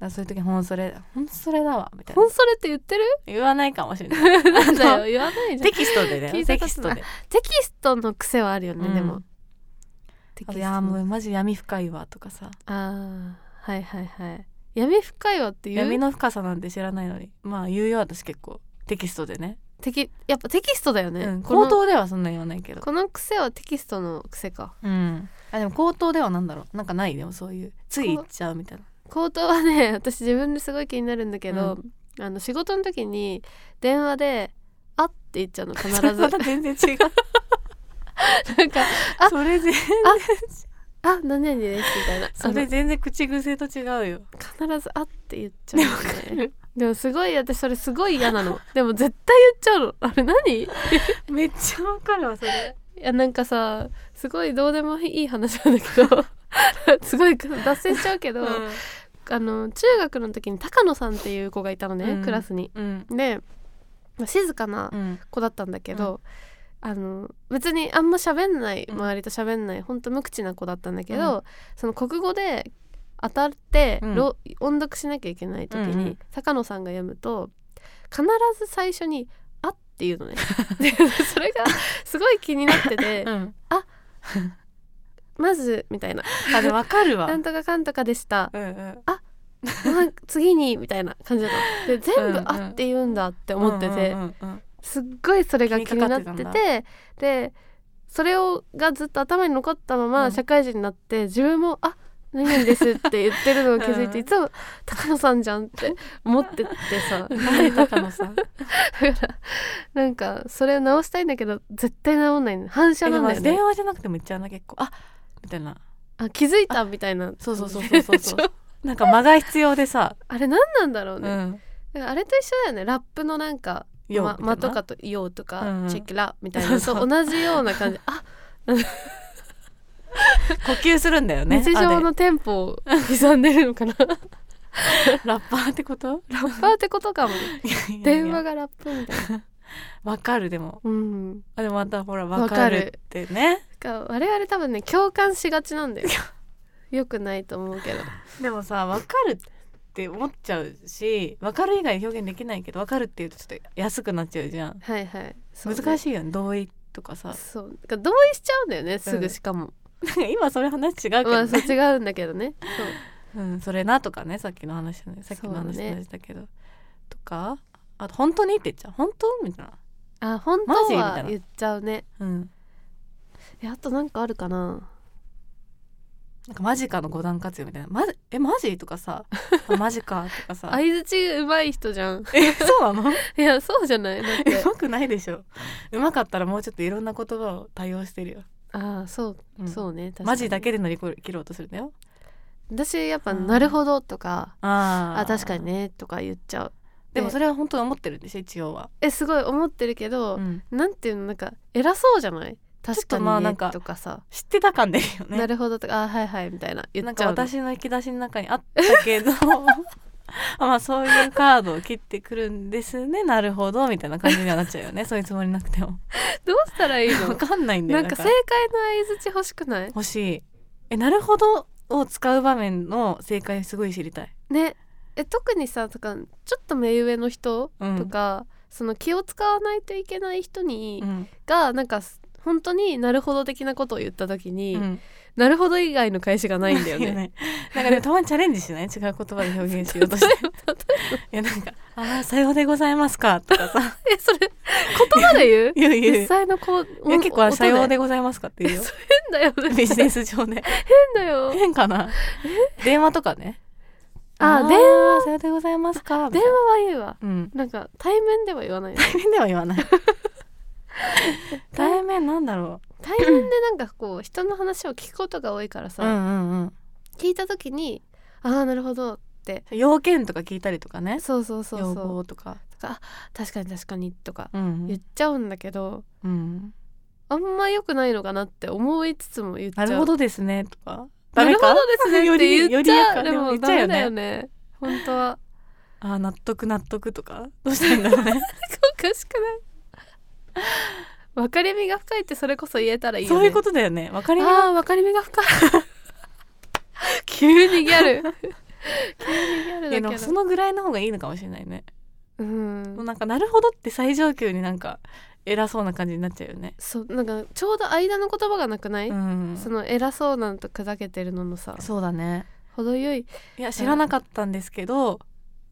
Speaker 1: らそういう時「ほんそれほんそれだわ」みたいな
Speaker 2: 本それって言ってる
Speaker 1: 言わないかもしれない
Speaker 2: なんだよ言わないじゃん
Speaker 1: テキストでね
Speaker 2: 聞い
Speaker 1: テ
Speaker 2: たこと
Speaker 1: キストで
Speaker 2: テキストの癖はあるよね、
Speaker 1: うん
Speaker 2: でも
Speaker 1: あと
Speaker 2: テキス
Speaker 1: い
Speaker 2: ト
Speaker 1: やー
Speaker 2: の
Speaker 1: もうマジ闇深いわ」とかさ
Speaker 2: あーはいはいはい闇深いわっ
Speaker 1: 「
Speaker 2: て言
Speaker 1: 闇
Speaker 2: う
Speaker 1: の深さなんて知らないのに」まあ言うよ私結構テキストでね、
Speaker 2: テキやっぱテキストだよね、
Speaker 1: うん、
Speaker 2: この
Speaker 1: 口頭ではそんな言わないけど
Speaker 2: この癖はテキストの癖か
Speaker 1: うんあでも口頭ではなんだろうなんかないでもそういうつい言っちゃうみたいな
Speaker 2: 口頭はね 私自分ですごい気になるんだけど、あの仕事の時に電話で「あ」って言っ ちゃうの必ずなん
Speaker 1: それま
Speaker 2: か
Speaker 1: た全然違う
Speaker 2: あ
Speaker 1: それ全然
Speaker 2: あ何々ですみたいな
Speaker 1: それ全然口癖と違うよ
Speaker 2: あの必ず「あ」って言っちゃうんだよね
Speaker 1: る
Speaker 2: でもすごい私それすごい嫌なのでも絶対言っちゃうのあれ何い
Speaker 1: めっちゃわかるわそれ
Speaker 2: やなんかさすごいどうでもいい話なんだけど すごい脱線しちゃうけど、あの中学の時に高野さんっていう子がいたのね、
Speaker 1: うん
Speaker 2: クラスに。
Speaker 1: うん
Speaker 2: でまあ静かな
Speaker 1: うん
Speaker 2: 子だったんだけど、あの別にあんま喋んない
Speaker 1: うん
Speaker 2: 周りと喋んないほんと無口な子だったんだけど、その国語で当たって、
Speaker 1: うん
Speaker 2: ろ音読しなきゃいけない時に、
Speaker 1: うんうん
Speaker 2: 坂野さんが読むと必ず最初に「あ」っていう のね。でそれがすごい気になってて
Speaker 1: うん
Speaker 2: 「まず」みたいな
Speaker 1: あでもわかる
Speaker 2: 「
Speaker 1: わ
Speaker 2: なんとかかんとかでした」
Speaker 1: うんうん
Speaker 2: まあ次に」みたいな感じだったで全
Speaker 1: うんう
Speaker 2: 部「
Speaker 1: ん
Speaker 2: あ」って言うんだって思ってて。
Speaker 1: うんうん
Speaker 2: すっごいそれが気になって
Speaker 1: 気
Speaker 2: て
Speaker 1: にかかっ
Speaker 2: でそれをがずっと頭に残ったま
Speaker 1: う
Speaker 2: ま
Speaker 1: ん
Speaker 2: 社会人になって、自分も「あ何々です」って言ってるのを気づいて、
Speaker 1: うん
Speaker 2: いつも「高野さんじゃん」って思ってってさ
Speaker 1: うんうん高野さん
Speaker 2: だから なんかそれを直したいんだけど絶対直んないの反射
Speaker 1: えで
Speaker 2: なん
Speaker 1: も
Speaker 2: だよね
Speaker 1: 電話じゃなくても言っちゃうな結構あみたいな
Speaker 2: あ気づいたみたいな
Speaker 1: そうそうそうそうそうそ
Speaker 2: ち
Speaker 1: うなんか間が必要でさ
Speaker 2: あれ何なんだろう
Speaker 1: う
Speaker 2: ね、
Speaker 1: ん
Speaker 2: だからあれと一緒だよねラップのなんか「
Speaker 1: よ
Speaker 2: ま」
Speaker 1: みたいな
Speaker 2: まとかと「よ」とか
Speaker 1: うんうん
Speaker 2: チェキラ」みたいなの
Speaker 1: そうそ
Speaker 2: と
Speaker 1: う
Speaker 2: 同じような感じあ
Speaker 1: 呼吸するんだよね
Speaker 2: 日
Speaker 1: あ
Speaker 2: 常
Speaker 1: れ
Speaker 2: のテンポを刻んでるのかな
Speaker 1: ラッパーってこと
Speaker 2: ラッパーってことかも。電話
Speaker 1: が
Speaker 2: がラップみたいな。
Speaker 1: わかるでも
Speaker 2: うん。
Speaker 1: あでもまたほら
Speaker 2: わ
Speaker 1: わ
Speaker 2: か
Speaker 1: か
Speaker 2: る
Speaker 1: るってね
Speaker 2: か我々多分ね共感しがちなんだよ。よくないと思う けど。
Speaker 1: でもさわかるって思っちゃうしわかる以外表現できないけどわかるっていうとちょっと安くなっちゃうじゃん
Speaker 2: はいはい。
Speaker 1: 難
Speaker 2: い。
Speaker 1: しいよね同意とかさ
Speaker 2: そう。だから同意しちゃうんだよねすぐしかも。
Speaker 1: なんか 今それ話違うけど、ね
Speaker 2: まあそう違うんだけどね。そう。
Speaker 1: うん、それなとかねさっきの話ねさっきの
Speaker 2: そう
Speaker 1: 話
Speaker 2: だね
Speaker 1: と同じだけどとかあと本当にって言っちゃう本当みたいな
Speaker 2: あ本当
Speaker 1: マジみたいな
Speaker 2: は言っちゃうね。
Speaker 1: うん
Speaker 2: えあとなんかあるかな。
Speaker 1: なんかマジかの五段活用みたいなマジえマジとか さあマジかとかさ
Speaker 2: 相槌うまい人じゃ ん。
Speaker 1: えそうなの
Speaker 2: いやそうじゃない。だっ
Speaker 1: う
Speaker 2: て。
Speaker 1: まくないでしょうまかったらもうちょっといろんな言葉を対応してるよ、
Speaker 2: ああそう、
Speaker 1: うん
Speaker 2: そうね。確かに
Speaker 1: マジだ。けで乗り切ろうとするんだよ
Speaker 2: 私やっぱ
Speaker 1: うん
Speaker 2: なるほどとか。
Speaker 1: あー
Speaker 2: あ確かにねとか言っちゃう。
Speaker 1: でもそれは本当に思ってるんでしょ一応は、
Speaker 2: えすごい思ってるけど。
Speaker 1: うん
Speaker 2: なんていうのなんか偉そうじゃない確かに
Speaker 1: まあな
Speaker 2: ね
Speaker 1: んか
Speaker 2: とかさ、
Speaker 1: 知ってた感でいいよね
Speaker 2: なるほどとかあはいはいみたいな言
Speaker 1: なん
Speaker 2: っち
Speaker 1: か
Speaker 2: ゃうの
Speaker 1: 私の引き出しの中にあったけ どあまあそういうカードを切ってくるんですねなるほどみたいな感じにはなっちゃうよねそういうつもりなくても
Speaker 2: どうしたらいい
Speaker 1: わ
Speaker 2: の
Speaker 1: かんないんだ
Speaker 2: な
Speaker 1: よ
Speaker 2: んか
Speaker 1: だ
Speaker 2: 正
Speaker 1: ら
Speaker 2: 解の相槌欲しくない
Speaker 1: 欲しいえなるほどを使う場面の正解すごい知りたい、
Speaker 2: ねえ特にさとかちょっと目上の人
Speaker 1: うん
Speaker 2: とか、その気を使わないといけない人に、
Speaker 1: うん
Speaker 2: がなんか本当になるほど的なことを言った時に、
Speaker 1: うん
Speaker 2: なるほど以外の返しがないんだよね
Speaker 1: なんかでもたまにチャレンジしない違う言葉で表現しようと していやなんか「ああさようでございますか」とかさ
Speaker 2: えそれ言葉で言う
Speaker 1: 言う言う
Speaker 2: 実際のこう
Speaker 1: いや結構あれ「さよう
Speaker 2: 音
Speaker 1: でございますか」って言う よ
Speaker 2: 変だよね
Speaker 1: ビジネ
Speaker 2: ス
Speaker 1: ス上で
Speaker 2: 変だよ
Speaker 1: 変かな電話とかね
Speaker 2: あ
Speaker 1: ー
Speaker 2: 電話
Speaker 1: さようでございますかみた
Speaker 2: 電
Speaker 1: い
Speaker 2: 話
Speaker 1: な
Speaker 2: は言うわ
Speaker 1: うん
Speaker 2: なんか対面では言わない
Speaker 1: 対面では言わない対面なんだろ
Speaker 2: 対面でなんかこう人の話を聞くことが多いから
Speaker 1: う
Speaker 2: さ、
Speaker 1: うんうんうん
Speaker 2: 聞いた時に「ああなるほど
Speaker 1: 要件とか聞いたりとかね
Speaker 2: そうそうそう
Speaker 1: 要
Speaker 2: そう
Speaker 1: 望とか
Speaker 2: 確かに確かに」とか
Speaker 1: うんう
Speaker 2: 言っ
Speaker 1: ん
Speaker 2: ちゃうんだけど、
Speaker 1: うん
Speaker 2: あんま良くないのかなって思いつつも言っちゃ
Speaker 1: な
Speaker 2: う
Speaker 1: るほどですねとか
Speaker 2: な
Speaker 1: ダメ
Speaker 2: るほ
Speaker 1: か
Speaker 2: どですね
Speaker 1: よ
Speaker 2: って
Speaker 1: り
Speaker 2: 言
Speaker 1: よ
Speaker 2: っ
Speaker 1: り
Speaker 2: ちゃう
Speaker 1: や
Speaker 2: で
Speaker 1: でも
Speaker 2: も
Speaker 1: 言っ
Speaker 2: ダ
Speaker 1: ちゃう
Speaker 2: メ
Speaker 1: よ
Speaker 2: だよ
Speaker 1: ね
Speaker 2: ね本当は
Speaker 1: あー納得納得とかどうしたらいいんだろうね
Speaker 2: おかしくない分かりみが深いってそれこそ言え たらいいよね
Speaker 1: そういうこととだよねわかります
Speaker 2: ああ分かりみが深い 急にギャル急にギャルだ
Speaker 1: いや
Speaker 2: け
Speaker 1: で
Speaker 2: ど
Speaker 1: もそのぐらいの方がいいのかもしれないね
Speaker 2: うん
Speaker 1: もうなんかなるほどって最上級になんか偉そうな感じになっちゃうよね
Speaker 2: そうなんかちょうど間の言葉がなくない、
Speaker 1: うん
Speaker 2: その偉そうなのと砕けてるののさ
Speaker 1: そうだね
Speaker 2: 程よい
Speaker 1: いや知らなかったんですけど、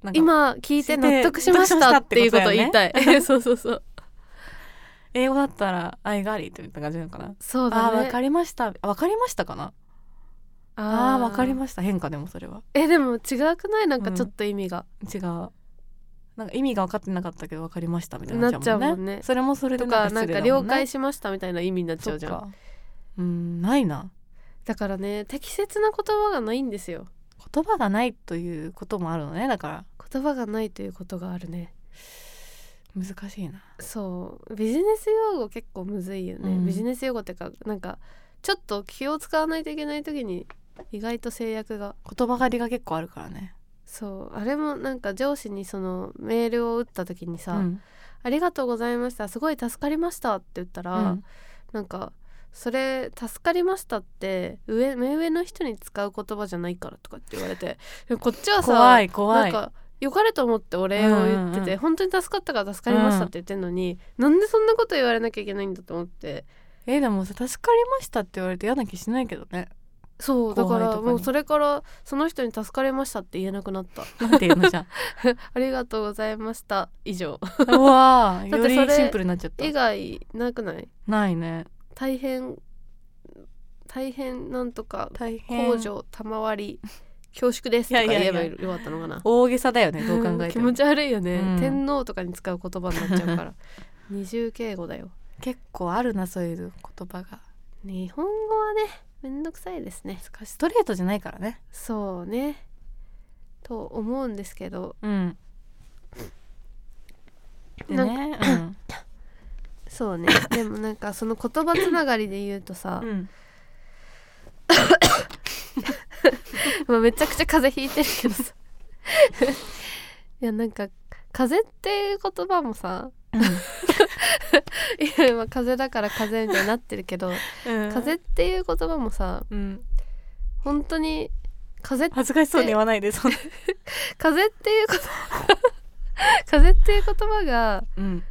Speaker 1: なんか
Speaker 2: 今聞いて納得しまし
Speaker 1: 納得したた
Speaker 2: っ
Speaker 1: ってて
Speaker 2: いう
Speaker 1: こ
Speaker 2: ことと
Speaker 1: だ
Speaker 2: を
Speaker 1: よね
Speaker 2: 言いた いえそうそうそう
Speaker 1: 英語だったら「I got it」みたいな感じなのかな、
Speaker 2: そう
Speaker 1: あ
Speaker 2: だ
Speaker 1: あ
Speaker 2: ね
Speaker 1: 分かりましたあわかりましたかなああ分かり
Speaker 2: す
Speaker 1: ました変化でもそれは
Speaker 2: えでも違くないなんかちょっと意味が、
Speaker 1: 違うなんか意味が分かってなかったけど分かりましたみたいに
Speaker 2: な
Speaker 1: な
Speaker 2: っ
Speaker 1: っ
Speaker 2: ち
Speaker 1: ち
Speaker 2: ゃ
Speaker 1: ゃ
Speaker 2: う
Speaker 1: う
Speaker 2: も
Speaker 1: も
Speaker 2: ん
Speaker 1: ん
Speaker 2: ね
Speaker 1: ねそれもそれ
Speaker 2: と
Speaker 1: で
Speaker 2: か
Speaker 1: な
Speaker 2: なん
Speaker 1: んか失
Speaker 2: か
Speaker 1: 礼だも
Speaker 2: 了
Speaker 1: んね
Speaker 2: 解しましたみたいな意味になっちゃうじゃん
Speaker 1: そっかうんないな
Speaker 2: だからね適切な言葉がないんですよ
Speaker 1: 言葉がないということもあるのねだから
Speaker 2: 言葉がないということがあるね
Speaker 1: 難しいな
Speaker 2: そうビジネス用語結構むずいよね、
Speaker 1: うん
Speaker 2: ビジネス用語ってかなんかちょっと気を使わないといけない時に意外と制約が
Speaker 1: 言葉狩りが結構あるからね
Speaker 2: そうあれもなんか上司にそのメールを打った時にさ「
Speaker 1: うん
Speaker 2: ありがとうございましたすごい助かりました」って言ったら、
Speaker 1: うん
Speaker 2: なんか「それ助かりました」って上目上の人に使う言葉じゃないからとかって言われてでもこっちはさ
Speaker 1: 怖い怖い
Speaker 2: なんか良かれと思ってお礼を言ってて、
Speaker 1: うんうんうん
Speaker 2: 本当に助かったから助かりましたって言ってんのに、なんでそんなこと言われなきゃいけないんだと思って
Speaker 1: えでもさ助かりましたって言われて嫌な気しないけどね
Speaker 2: そうだか
Speaker 1: 後輩
Speaker 2: ら
Speaker 1: とかに
Speaker 2: もうそれからその人に助かりましたって言えなくなった
Speaker 1: なんていうのじゃ
Speaker 2: ありがとうございました以 上
Speaker 1: あ うわー
Speaker 2: だっ
Speaker 1: よ
Speaker 2: てそれ
Speaker 1: りシンプルになっちゃった
Speaker 2: 以外なくない
Speaker 1: ないね
Speaker 2: 大変大変なんとか
Speaker 1: 大変
Speaker 2: 工場賜 り恐縮ですとか
Speaker 1: いやい
Speaker 2: 言
Speaker 1: や
Speaker 2: え
Speaker 1: いや
Speaker 2: ばよかったのかな
Speaker 1: 大げさだよねどう考えても
Speaker 2: 気持ち悪いよね、
Speaker 1: うん
Speaker 2: 天皇とかに使う言葉になっちゃうから 二重敬語だよ
Speaker 1: 結構あるなそういう言葉が
Speaker 2: 日本語はねめんどくさいですね
Speaker 1: 難しいストレートじゃないからね
Speaker 2: そうねと思うんですけど
Speaker 1: うんで
Speaker 2: なん
Speaker 1: ねうん
Speaker 2: そ うねでもなんかその言葉つながりで言うとさ、
Speaker 1: うん
Speaker 2: まあ、めちゃくちゃ風邪ひいてるけ どさいやなんか「風邪」っていう言葉もさいや今風邪だから風邪みたいになってるけど「風邪」っていう言葉もさ
Speaker 1: うん
Speaker 2: 本当に風
Speaker 1: 恥ずかしそうに言わないでそんな
Speaker 2: 「風」っていう言葉風邪っていう言葉が
Speaker 1: うん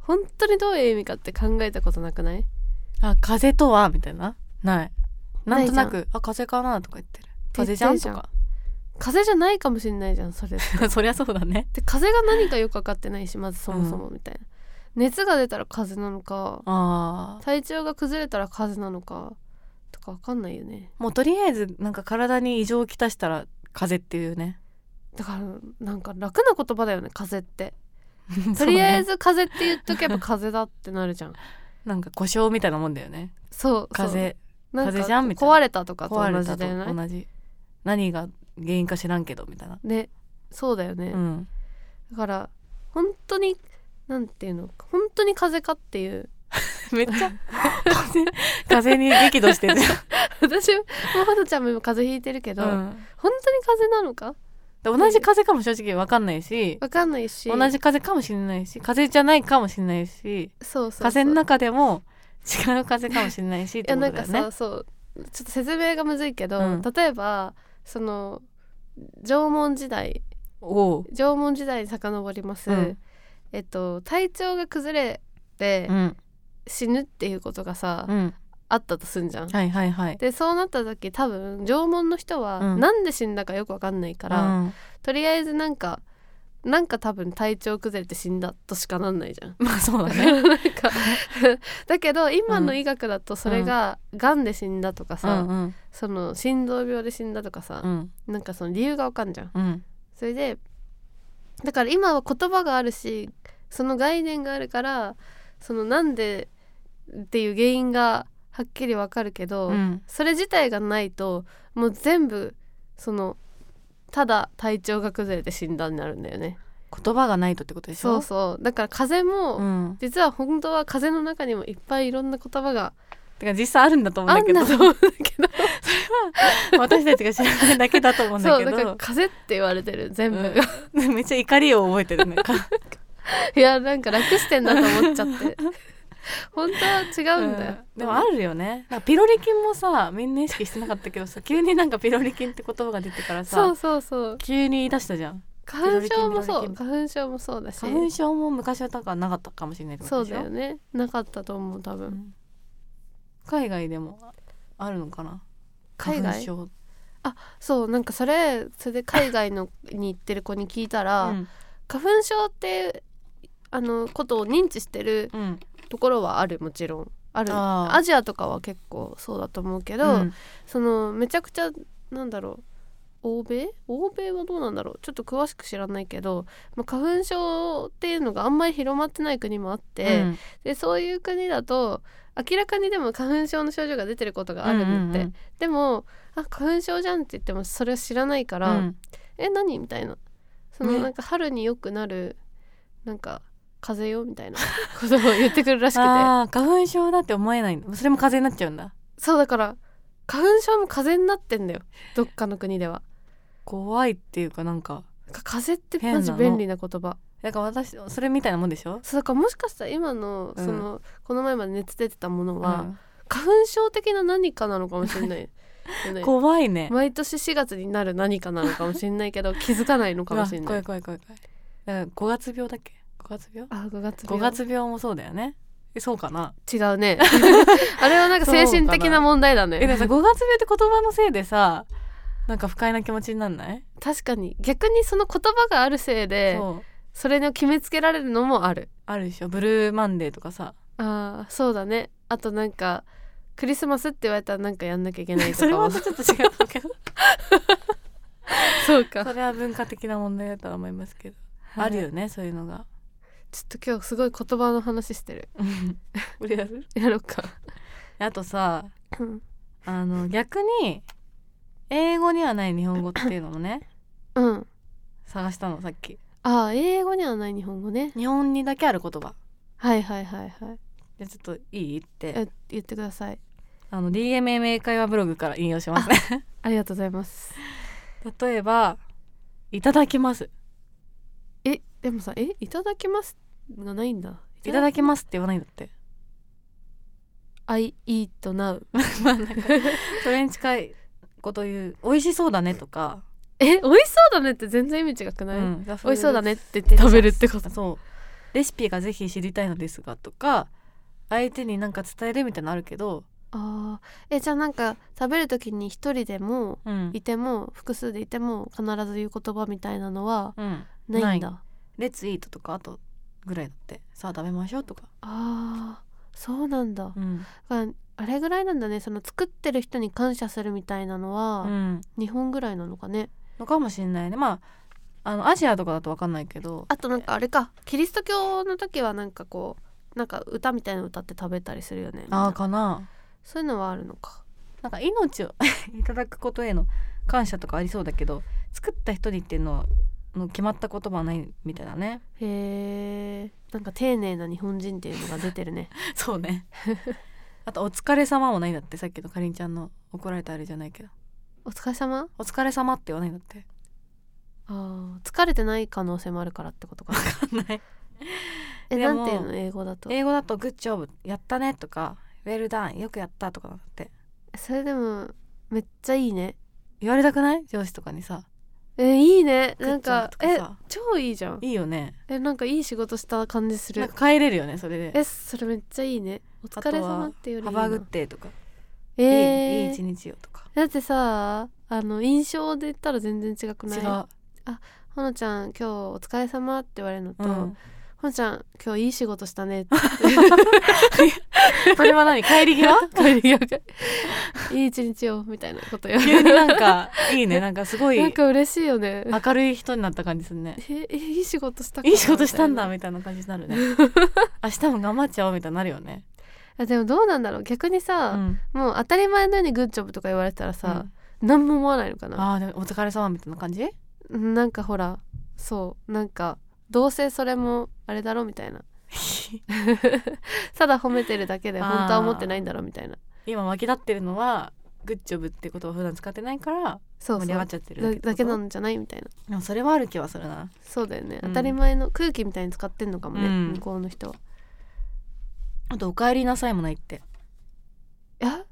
Speaker 2: 本当にどういう意味かって考えたことなくない
Speaker 1: あ風とはみたいなないなんとな
Speaker 2: な
Speaker 1: くあ風かなとか言ってる風じゃんとか
Speaker 2: 風邪じゃないかもしれないじゃ んそれ
Speaker 1: そりゃそうだね
Speaker 2: で風邪が何かよく分かってないしまずそもそもみたいな、熱が出たら風邪なのか
Speaker 1: ああ
Speaker 2: 体調が崩れたら風邪なのかとか分かんないよね
Speaker 1: もうとりあえずなんか体に異常をきたしたら風っていう ね
Speaker 2: だからなんか楽な言葉だよね風邪ってとりあえ
Speaker 1: ず
Speaker 2: ず風邪って言っとけば 風邪だってなるじゃん
Speaker 1: なんか故障みたいなもんだよね
Speaker 2: そうそう
Speaker 1: 風
Speaker 2: なんか
Speaker 1: 風邪じゃんみたいな
Speaker 2: 壊れたとかと
Speaker 1: 壊
Speaker 2: 同
Speaker 1: れ
Speaker 2: じ
Speaker 1: た
Speaker 2: だよ
Speaker 1: と
Speaker 2: ね
Speaker 1: 同じ何が原因か知らんけどみたいな
Speaker 2: ねそうだよね、
Speaker 1: うん
Speaker 2: だから本当になんていうの本当に風邪かっていう
Speaker 1: めっちゃ風風に激怒してる
Speaker 2: 私もはなちゃんも今風邪ひいてるけど、
Speaker 1: うん
Speaker 2: 本当に風邪なのか
Speaker 1: で同じ風かも正直わかんないし
Speaker 2: わかんないし
Speaker 1: 同じ風かもしれないし風じゃないかもしれないし
Speaker 2: そうそうそう
Speaker 1: 風の中でも違う風かもしれないしっ
Speaker 2: い
Speaker 1: て
Speaker 2: や
Speaker 1: こ
Speaker 2: な
Speaker 1: と
Speaker 2: ん
Speaker 1: だ
Speaker 2: か
Speaker 1: よね
Speaker 2: さそうちょっと説明がむずいけど、
Speaker 1: うん
Speaker 2: 例えばその縄文時代
Speaker 1: おう
Speaker 2: 縄文時代に遡ります、
Speaker 1: うん
Speaker 2: えっと体調が崩れて
Speaker 1: うん
Speaker 2: 死ぬっていうことがさ、
Speaker 1: うん
Speaker 2: あったとすんじゃん。
Speaker 1: はいはいはい
Speaker 2: でそうなった時多分縄文の人は、
Speaker 1: うん
Speaker 2: なんで死んだかよくわかんないから、
Speaker 1: うん
Speaker 2: とりあえずなんかなんか多分体調崩れて死んだとしかなんないじゃん。
Speaker 1: まあそうだね
Speaker 2: なんかだけど今の医学だとそれが癌で死んだとか
Speaker 1: う
Speaker 2: さ、
Speaker 1: んうん
Speaker 2: その心臓病で死んだとかさ
Speaker 1: う、ん
Speaker 2: なんかその理由がわかんじゃん。
Speaker 1: うん
Speaker 2: それでだから今は言葉があるしその概念があるからそのなんでっていう原因がはっきりわかるけど、
Speaker 1: うん
Speaker 2: それ自体がないともう全部そのただ体調が崩れて死んだになるんだよね。
Speaker 1: 言葉がないとってことでし
Speaker 2: そ
Speaker 1: ょ
Speaker 2: うそうだから風も、
Speaker 1: うん
Speaker 2: 実は本当は風の中にもいっぱいいろんな言葉が
Speaker 1: てか実際あるんだと思うん
Speaker 2: あ
Speaker 1: だ
Speaker 2: ん
Speaker 1: けど
Speaker 2: だと思うんだけど
Speaker 1: 私たちが知らないだけだと思うんだ
Speaker 2: そう
Speaker 1: け
Speaker 2: だから
Speaker 1: ど
Speaker 2: 風って言われてる全部が、
Speaker 1: うんめっちゃ怒りを覚えてる ねか
Speaker 2: いやなんか楽してんだと思っちゃって 本当は違うんだよ、
Speaker 1: うんでもあるよねなんかピロリ菌もさみんな意識してなかったけどさ 急になんかピロリ菌って言葉が出てから
Speaker 2: そ
Speaker 1: さ
Speaker 2: うそうそう
Speaker 1: 急に言い出したじゃん
Speaker 2: 花粉症もそ
Speaker 1: ピロリ菌ピロリ
Speaker 2: う
Speaker 1: 菌
Speaker 2: 花粉症もそうだし
Speaker 1: 花粉症も昔はだからなかったかもしれないってこ
Speaker 2: そ
Speaker 1: と
Speaker 2: う
Speaker 1: でしょ
Speaker 2: だよねなかったと思う多
Speaker 1: う
Speaker 2: 分
Speaker 1: ん海外でもあるのかな
Speaker 2: 海
Speaker 1: 花粉
Speaker 2: 外
Speaker 1: 症
Speaker 2: そうなんかそれそれで海外のに行ってる子に聞いたら、
Speaker 1: うん
Speaker 2: 花粉症ってあのことを認知してる
Speaker 1: うん
Speaker 2: ところはあるもちろんある
Speaker 1: あー
Speaker 2: アジアとかは結構そうだと思うけど、
Speaker 1: うん
Speaker 2: そのめちゃくちゃなんだろう欧米欧米はどうなんだろうちょっと詳しく知らないけど、まあ、花粉症っていうのがあんまり広まってない国もあって、
Speaker 1: うん
Speaker 2: でそういう国だと明らかにでも花粉症の症状が出てることがあるんだって、
Speaker 1: うんうんうん
Speaker 2: でもあ花粉症じゃんって言ってもそれを知らないから、
Speaker 1: うん
Speaker 2: え何みたいなそ
Speaker 1: ね
Speaker 2: のなんか春によくなるなんか風邪よみたいなことを言ってくるら しくて
Speaker 1: あー花粉症だって思えないのそれも風邪になっちゃうんだ
Speaker 2: そうだから花粉症も風邪になってんだよどっかの国では
Speaker 1: 怖いっていうかなんか
Speaker 2: なんか風邪って
Speaker 1: 変な
Speaker 2: マ
Speaker 1: の
Speaker 2: ジ便利な言葉
Speaker 1: だから私それみたいなもんでしょ
Speaker 2: そうだからもしかしたら今の
Speaker 1: うん
Speaker 2: その、この前まで熱出てたものは、
Speaker 1: は、
Speaker 2: 花粉症的な何かなのかもしれ ないよ
Speaker 1: う
Speaker 2: ね
Speaker 1: ん怖いね
Speaker 2: 毎年4月になる何かなのかもしれないけど気づかないのかもしれ
Speaker 1: う
Speaker 2: な
Speaker 1: わ怖
Speaker 2: い
Speaker 1: い怖い怖い怖いだから5月病だっけ5月病
Speaker 2: あ5月病
Speaker 1: 5月病もそうだよねえそうかな
Speaker 2: 違 うねあれはなんか精神的な問題だ
Speaker 1: えでも
Speaker 2: ね
Speaker 1: さ5月病って言葉のせいでさなんか不快な気持ちになんない
Speaker 2: 確かに逆にその言葉があるせいで
Speaker 1: そう
Speaker 2: それを決めつけられるのもある
Speaker 1: あるでしょブルーマンデーとかさ
Speaker 2: あーそうだねあとなんかクリスマスって言われたらなんかやんなきゃいけないと
Speaker 1: そ
Speaker 2: か
Speaker 1: れ
Speaker 2: も
Speaker 1: はまたちょっと違うけど
Speaker 2: そう
Speaker 1: そ
Speaker 2: か
Speaker 1: れは文化的な問題だとは思いますけど、あるよねそういうの が
Speaker 2: ちょっと今日すごい言葉の話してる
Speaker 1: 俺やる
Speaker 2: やろうか
Speaker 1: あとさ
Speaker 2: うん
Speaker 1: あの逆に英語にはない日本語っていうのも ね
Speaker 2: うん
Speaker 1: 探したのさっき
Speaker 2: あー英語にはない日本語ね
Speaker 1: 日本にだけある言葉
Speaker 2: はいはいはいはい
Speaker 1: でちょっといいって
Speaker 2: え言ってください
Speaker 1: あの DMMA 会話ブログから引用しますね
Speaker 2: ありがとうございます
Speaker 1: 例えば「いただきます」
Speaker 2: えでもさえいただきますがないんだ
Speaker 1: 「 いただきます」って言わないんだって
Speaker 2: I eat now
Speaker 1: まあなんかそれに近いこと言う「美味しそうだね」とか
Speaker 2: え美味しそうだねって全然意味違
Speaker 1: 「
Speaker 2: く
Speaker 1: う
Speaker 2: ない、
Speaker 1: ん、美
Speaker 2: 美味しそうだね
Speaker 1: っ
Speaker 2: って言って食べるってこと
Speaker 1: そう「レシピがぜひ知りたいのですが」とか相手になんか伝えるみたいなのあるけど、
Speaker 2: あーえじゃあなんか食べる時に一人でも
Speaker 1: うん
Speaker 2: いても複数でいても必ず言う言葉みたいなのは
Speaker 1: うん、
Speaker 2: ないんだ
Speaker 1: レッツイートとかあとぐらいだってさあ食べましょうとか、
Speaker 2: あーそうなんだ、
Speaker 1: うん
Speaker 2: だからあれぐらいなんだねその作ってる人に感謝するみたいなの
Speaker 1: う
Speaker 2: は
Speaker 1: ん、
Speaker 2: 日本ぐらいなのかね
Speaker 1: のかもしれないねまああのアジアとかだと分かんないけど
Speaker 2: あとなんかあれかキリスト教の時はなんかこうなんか歌みたいなの歌って食べたりするよねみんな
Speaker 1: あーかな
Speaker 2: そういうのはあるのか
Speaker 1: なんか命を いただくことへの感謝とかありそうだけど作った人にっていうのはの決まった言葉はないみたいだね
Speaker 2: へえなんか丁寧な日本人っていうのが出てる ね
Speaker 1: そうねあと「お疲れ様もないんだってさっきのかりんちゃんの怒られたあれじゃないけど
Speaker 2: お疲れ様
Speaker 1: 「お疲れ様って言わないんだって
Speaker 2: あー疲れてない可能性もあるからってことかな
Speaker 1: 分かんない
Speaker 2: え
Speaker 1: で
Speaker 2: な
Speaker 1: も
Speaker 2: んていうの英語だと
Speaker 1: 英語だと「グッジョブやったね」とか「ウェルダンよくやった」とかなんだって
Speaker 2: それでもめっちゃいいね
Speaker 1: 言われたくない上司とかにさ
Speaker 2: えいいねなん
Speaker 1: グッ
Speaker 2: か
Speaker 1: ジョブ
Speaker 2: え
Speaker 1: とさ
Speaker 2: 超いいじゃん
Speaker 1: いいよね
Speaker 2: えなんかいい仕事した感じす
Speaker 1: なん
Speaker 2: る
Speaker 1: か帰れるよねそれで
Speaker 2: えそれめっちゃいいねお疲れ様っていうよりい
Speaker 1: ハ
Speaker 2: いな
Speaker 1: バグってとか、
Speaker 2: えー
Speaker 1: いいいい一日よとか
Speaker 2: だってさあの印象で言ったら全然違くない
Speaker 1: 違う、
Speaker 2: ほのちゃん今日お疲れ様って言われるのと、
Speaker 1: うん、
Speaker 2: ほのちゃん今日いい仕事したねって
Speaker 1: それは何帰り際
Speaker 2: 帰り際 がいい一日よみたいなこと言わ
Speaker 1: 急
Speaker 2: れ
Speaker 1: に
Speaker 2: る
Speaker 1: なん かいいねなんかすごい
Speaker 2: なんか嬉しいよね
Speaker 1: 明るい人になった感じするね
Speaker 2: ええいい仕事したかない
Speaker 1: い仕事したんだ
Speaker 2: み
Speaker 1: みたいな感じになる ね明日も頑張っちゃおうみたいになるよね
Speaker 2: たいなでもどうなんだろう逆に
Speaker 1: う
Speaker 2: さ、
Speaker 1: ん
Speaker 2: もう当たり前のようにグッジョブとか言われてたらさ、何も思わないのか
Speaker 1: うん
Speaker 2: な
Speaker 1: あーでもお疲れ様みたいな感 じ
Speaker 2: なんかほらそうなんかどうせそれもあれだろみたいなただ褒めてるだけで本当は思ってないんだろみたいな
Speaker 1: 今湧き立ってるのはグッジョブって言葉普段使ってないから
Speaker 2: そうそ
Speaker 1: 盛
Speaker 2: う
Speaker 1: り上がっ
Speaker 2: だ
Speaker 1: ちゃってるだけ
Speaker 2: だけな
Speaker 1: で
Speaker 2: んじゃないみたいな
Speaker 1: もそれはある気はするな
Speaker 2: そうだよね、
Speaker 1: うん
Speaker 2: 当たり前の空気みたいに使ってんのかもね、
Speaker 1: うん
Speaker 2: 向こうの人は
Speaker 1: あと「お帰りなさい」もないって
Speaker 2: えそっ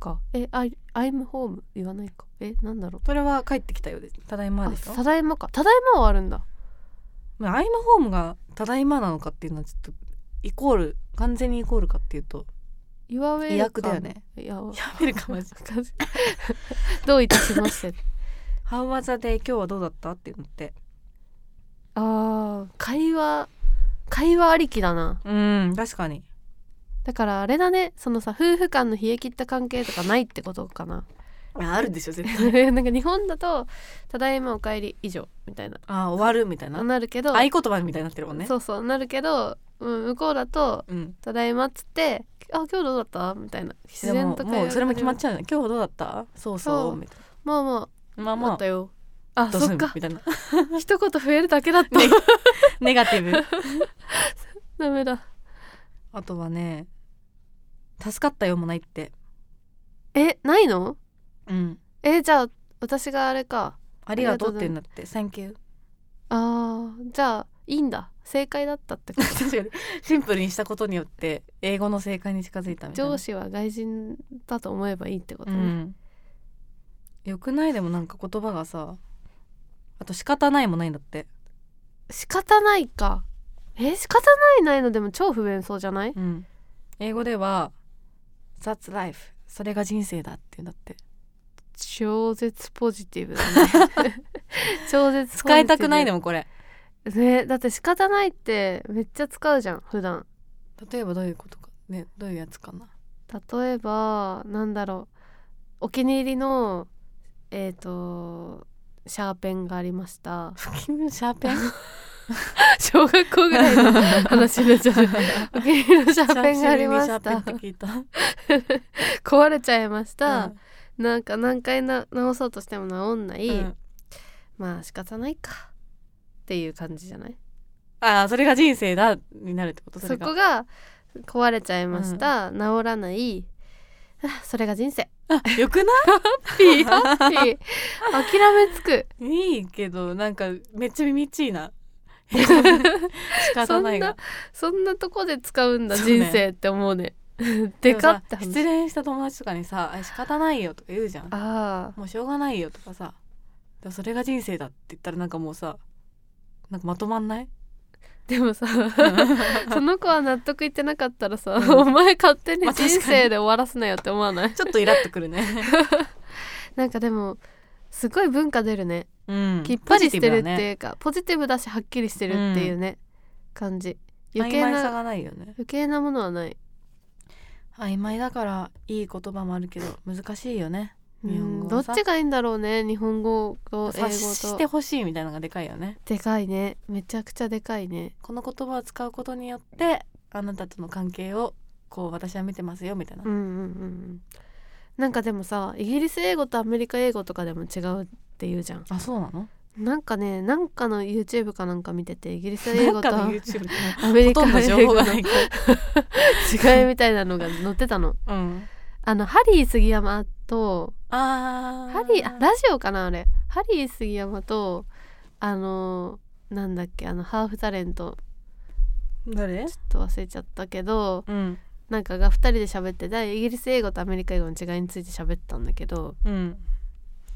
Speaker 2: かえ「I I'm home」言わないかえなんだろ
Speaker 1: それは帰ってきたようですただいま
Speaker 2: う
Speaker 1: で
Speaker 2: あ
Speaker 1: しょ
Speaker 2: ただいまかただいまはあるんだ
Speaker 1: まあアイマホームが「ただいま」なのかっていうのはちょっとイコール完全にイコールかっていうと
Speaker 2: 「You are welcome
Speaker 1: 違約だよね
Speaker 2: いや
Speaker 1: やめるかも しれない
Speaker 2: どういたしまして
Speaker 1: 「How was the day 今日はどうだった?」っていうのって
Speaker 2: あー会話会話ありきだな
Speaker 1: うん確かに
Speaker 2: だからあれだねそのさ夫婦間の冷え切った関係とかないってことかな
Speaker 1: ああるでしょ絶対
Speaker 2: なんか日本だと「ただいまお帰り」以上みたいな
Speaker 1: あ終わるみたいな
Speaker 2: なるけど
Speaker 1: 合言葉みたいになってるもんね
Speaker 2: そうそうなるけど、うん、向こうだと
Speaker 1: うん
Speaker 2: 「ただいま」っつってあ今日どうだったみたいな自
Speaker 1: でも
Speaker 2: 然と
Speaker 1: もうそれも決まっ
Speaker 2: ゃ
Speaker 1: ちゃうよ今日どうだったそう
Speaker 2: そ
Speaker 1: そううみたい
Speaker 2: まあま
Speaker 1: なまあ
Speaker 2: あ
Speaker 1: ま
Speaker 2: だ
Speaker 1: あ
Speaker 2: ったよあ
Speaker 1: どうす
Speaker 2: そ
Speaker 1: る
Speaker 2: っか
Speaker 1: みたいな
Speaker 2: 一言増えるだけだった
Speaker 1: ねネガティブ
Speaker 2: ダメだ
Speaker 1: あとはね助かったよもないって
Speaker 2: えないの
Speaker 1: うん
Speaker 2: えじゃあ私があれか
Speaker 1: ありがとうって言うんだって「Thank you
Speaker 2: あーじゃあいいんだ正解だったってこ」と
Speaker 1: 確かにシンプルにしたことによって英語の正解に近づいたみたいな
Speaker 2: 上司は外人だと思えばいいってこと
Speaker 1: う
Speaker 2: ね、
Speaker 1: んよくないでもなんか言葉がさあと仕方ないもないんだって
Speaker 2: 仕方ないかえ仕方ないないのでも超不便そうじゃない
Speaker 1: うん英語では「That's life」それが人生だって言うんだって
Speaker 2: 超絶ポジティブだ ね超絶ポジティブ
Speaker 1: 使いたくないでもこれ
Speaker 2: ねだって仕方ないってめっちゃ使うじゃん普段
Speaker 1: 例えばどういうことかねどういうやつかな
Speaker 2: 例えばなんだろうお気に入りのえっ、とシャーペンがありました
Speaker 1: シャー ペン
Speaker 2: 小学校ぐらいの話になっちゃうお気に入りのシャーペンがありまし
Speaker 1: 久
Speaker 2: た
Speaker 1: しぶりにシャーペンって聞いた
Speaker 2: 壊れちゃいました、なんか何回な直そうとしても直んない、
Speaker 1: うん
Speaker 2: まあ仕方ないかっていう感じじゃない
Speaker 1: ああそれが人生だになるってこと
Speaker 2: そ
Speaker 1: それが
Speaker 2: こが壊れちゃいました、治らないあそれが人生
Speaker 1: あよくな
Speaker 2: ピーハッピー諦めつく
Speaker 1: いいいけどなんかめっちゃ耳ちい な仕方
Speaker 2: そん
Speaker 1: ない
Speaker 2: な
Speaker 1: が
Speaker 2: そんなとこで使うんだ、
Speaker 1: そうね
Speaker 2: 人生って思うね でかって
Speaker 1: でもさ
Speaker 2: 話
Speaker 1: 失恋した友達とかにさあ「仕方ないよ」とか言うじゃん
Speaker 2: あ
Speaker 1: もうしょうがないよとかさでもそれが人生だって言ったらなんかもうさなんかまとまんない
Speaker 2: ーでもさその子は納得いってなかったらさ、
Speaker 1: うん
Speaker 2: お前勝手に
Speaker 1: まあ確かに
Speaker 2: 人生で終わらすなよって思わない、
Speaker 1: ちょっとイラっとくるね
Speaker 2: なんかでもすごい文化出るね
Speaker 1: うん
Speaker 2: きっぱりしてる
Speaker 1: ポジティブ
Speaker 2: っ
Speaker 1: だね
Speaker 2: ていうかポジティブだしはっきりしてるっていうね、感じ余計
Speaker 1: 曖昧さ
Speaker 2: な
Speaker 1: がないよね
Speaker 2: 余計なものはない
Speaker 1: 曖昧だからいい言葉もあるけど難しいよね
Speaker 2: う
Speaker 1: 日本
Speaker 2: ん
Speaker 1: 語
Speaker 2: ど
Speaker 1: は
Speaker 2: っ
Speaker 1: さ
Speaker 2: ちがいいんだろうね日本語と英
Speaker 1: 察
Speaker 2: 語
Speaker 1: して
Speaker 2: と
Speaker 1: ほしいみたいなのがでかいよね
Speaker 2: でかいねめちゃくちゃでかいね
Speaker 1: この言葉を使うことによってあなたとの関係をこう私は見てますよみたいな、
Speaker 2: うんうんうんうんなんかでもさイギリス英語とアメリカ英語とかでも違うって言うじゃん
Speaker 1: あそうなの
Speaker 2: なんかねなんかの YouTube かなんか見ててイギリス英
Speaker 1: なん
Speaker 2: 語と
Speaker 1: か
Speaker 2: ア
Speaker 1: の
Speaker 2: メ
Speaker 1: YouTube
Speaker 2: リ
Speaker 1: ほと
Speaker 2: カ
Speaker 1: んど
Speaker 2: 英
Speaker 1: 情報
Speaker 2: 語
Speaker 1: が
Speaker 2: の
Speaker 1: ないから
Speaker 2: 違いみたいなのが載ってたの
Speaker 1: うん
Speaker 2: あのハリー杉山と
Speaker 1: あー
Speaker 2: ハリーあラジオかなあれハリー杉山とあのーなんだっけあのハーフタレント
Speaker 1: 誰
Speaker 2: ちょっと忘れちゃったけど
Speaker 1: うん
Speaker 2: なんかが2人で喋っててイギリス英語とアメリカ英語の違いについて喋ってたんだけど
Speaker 1: うん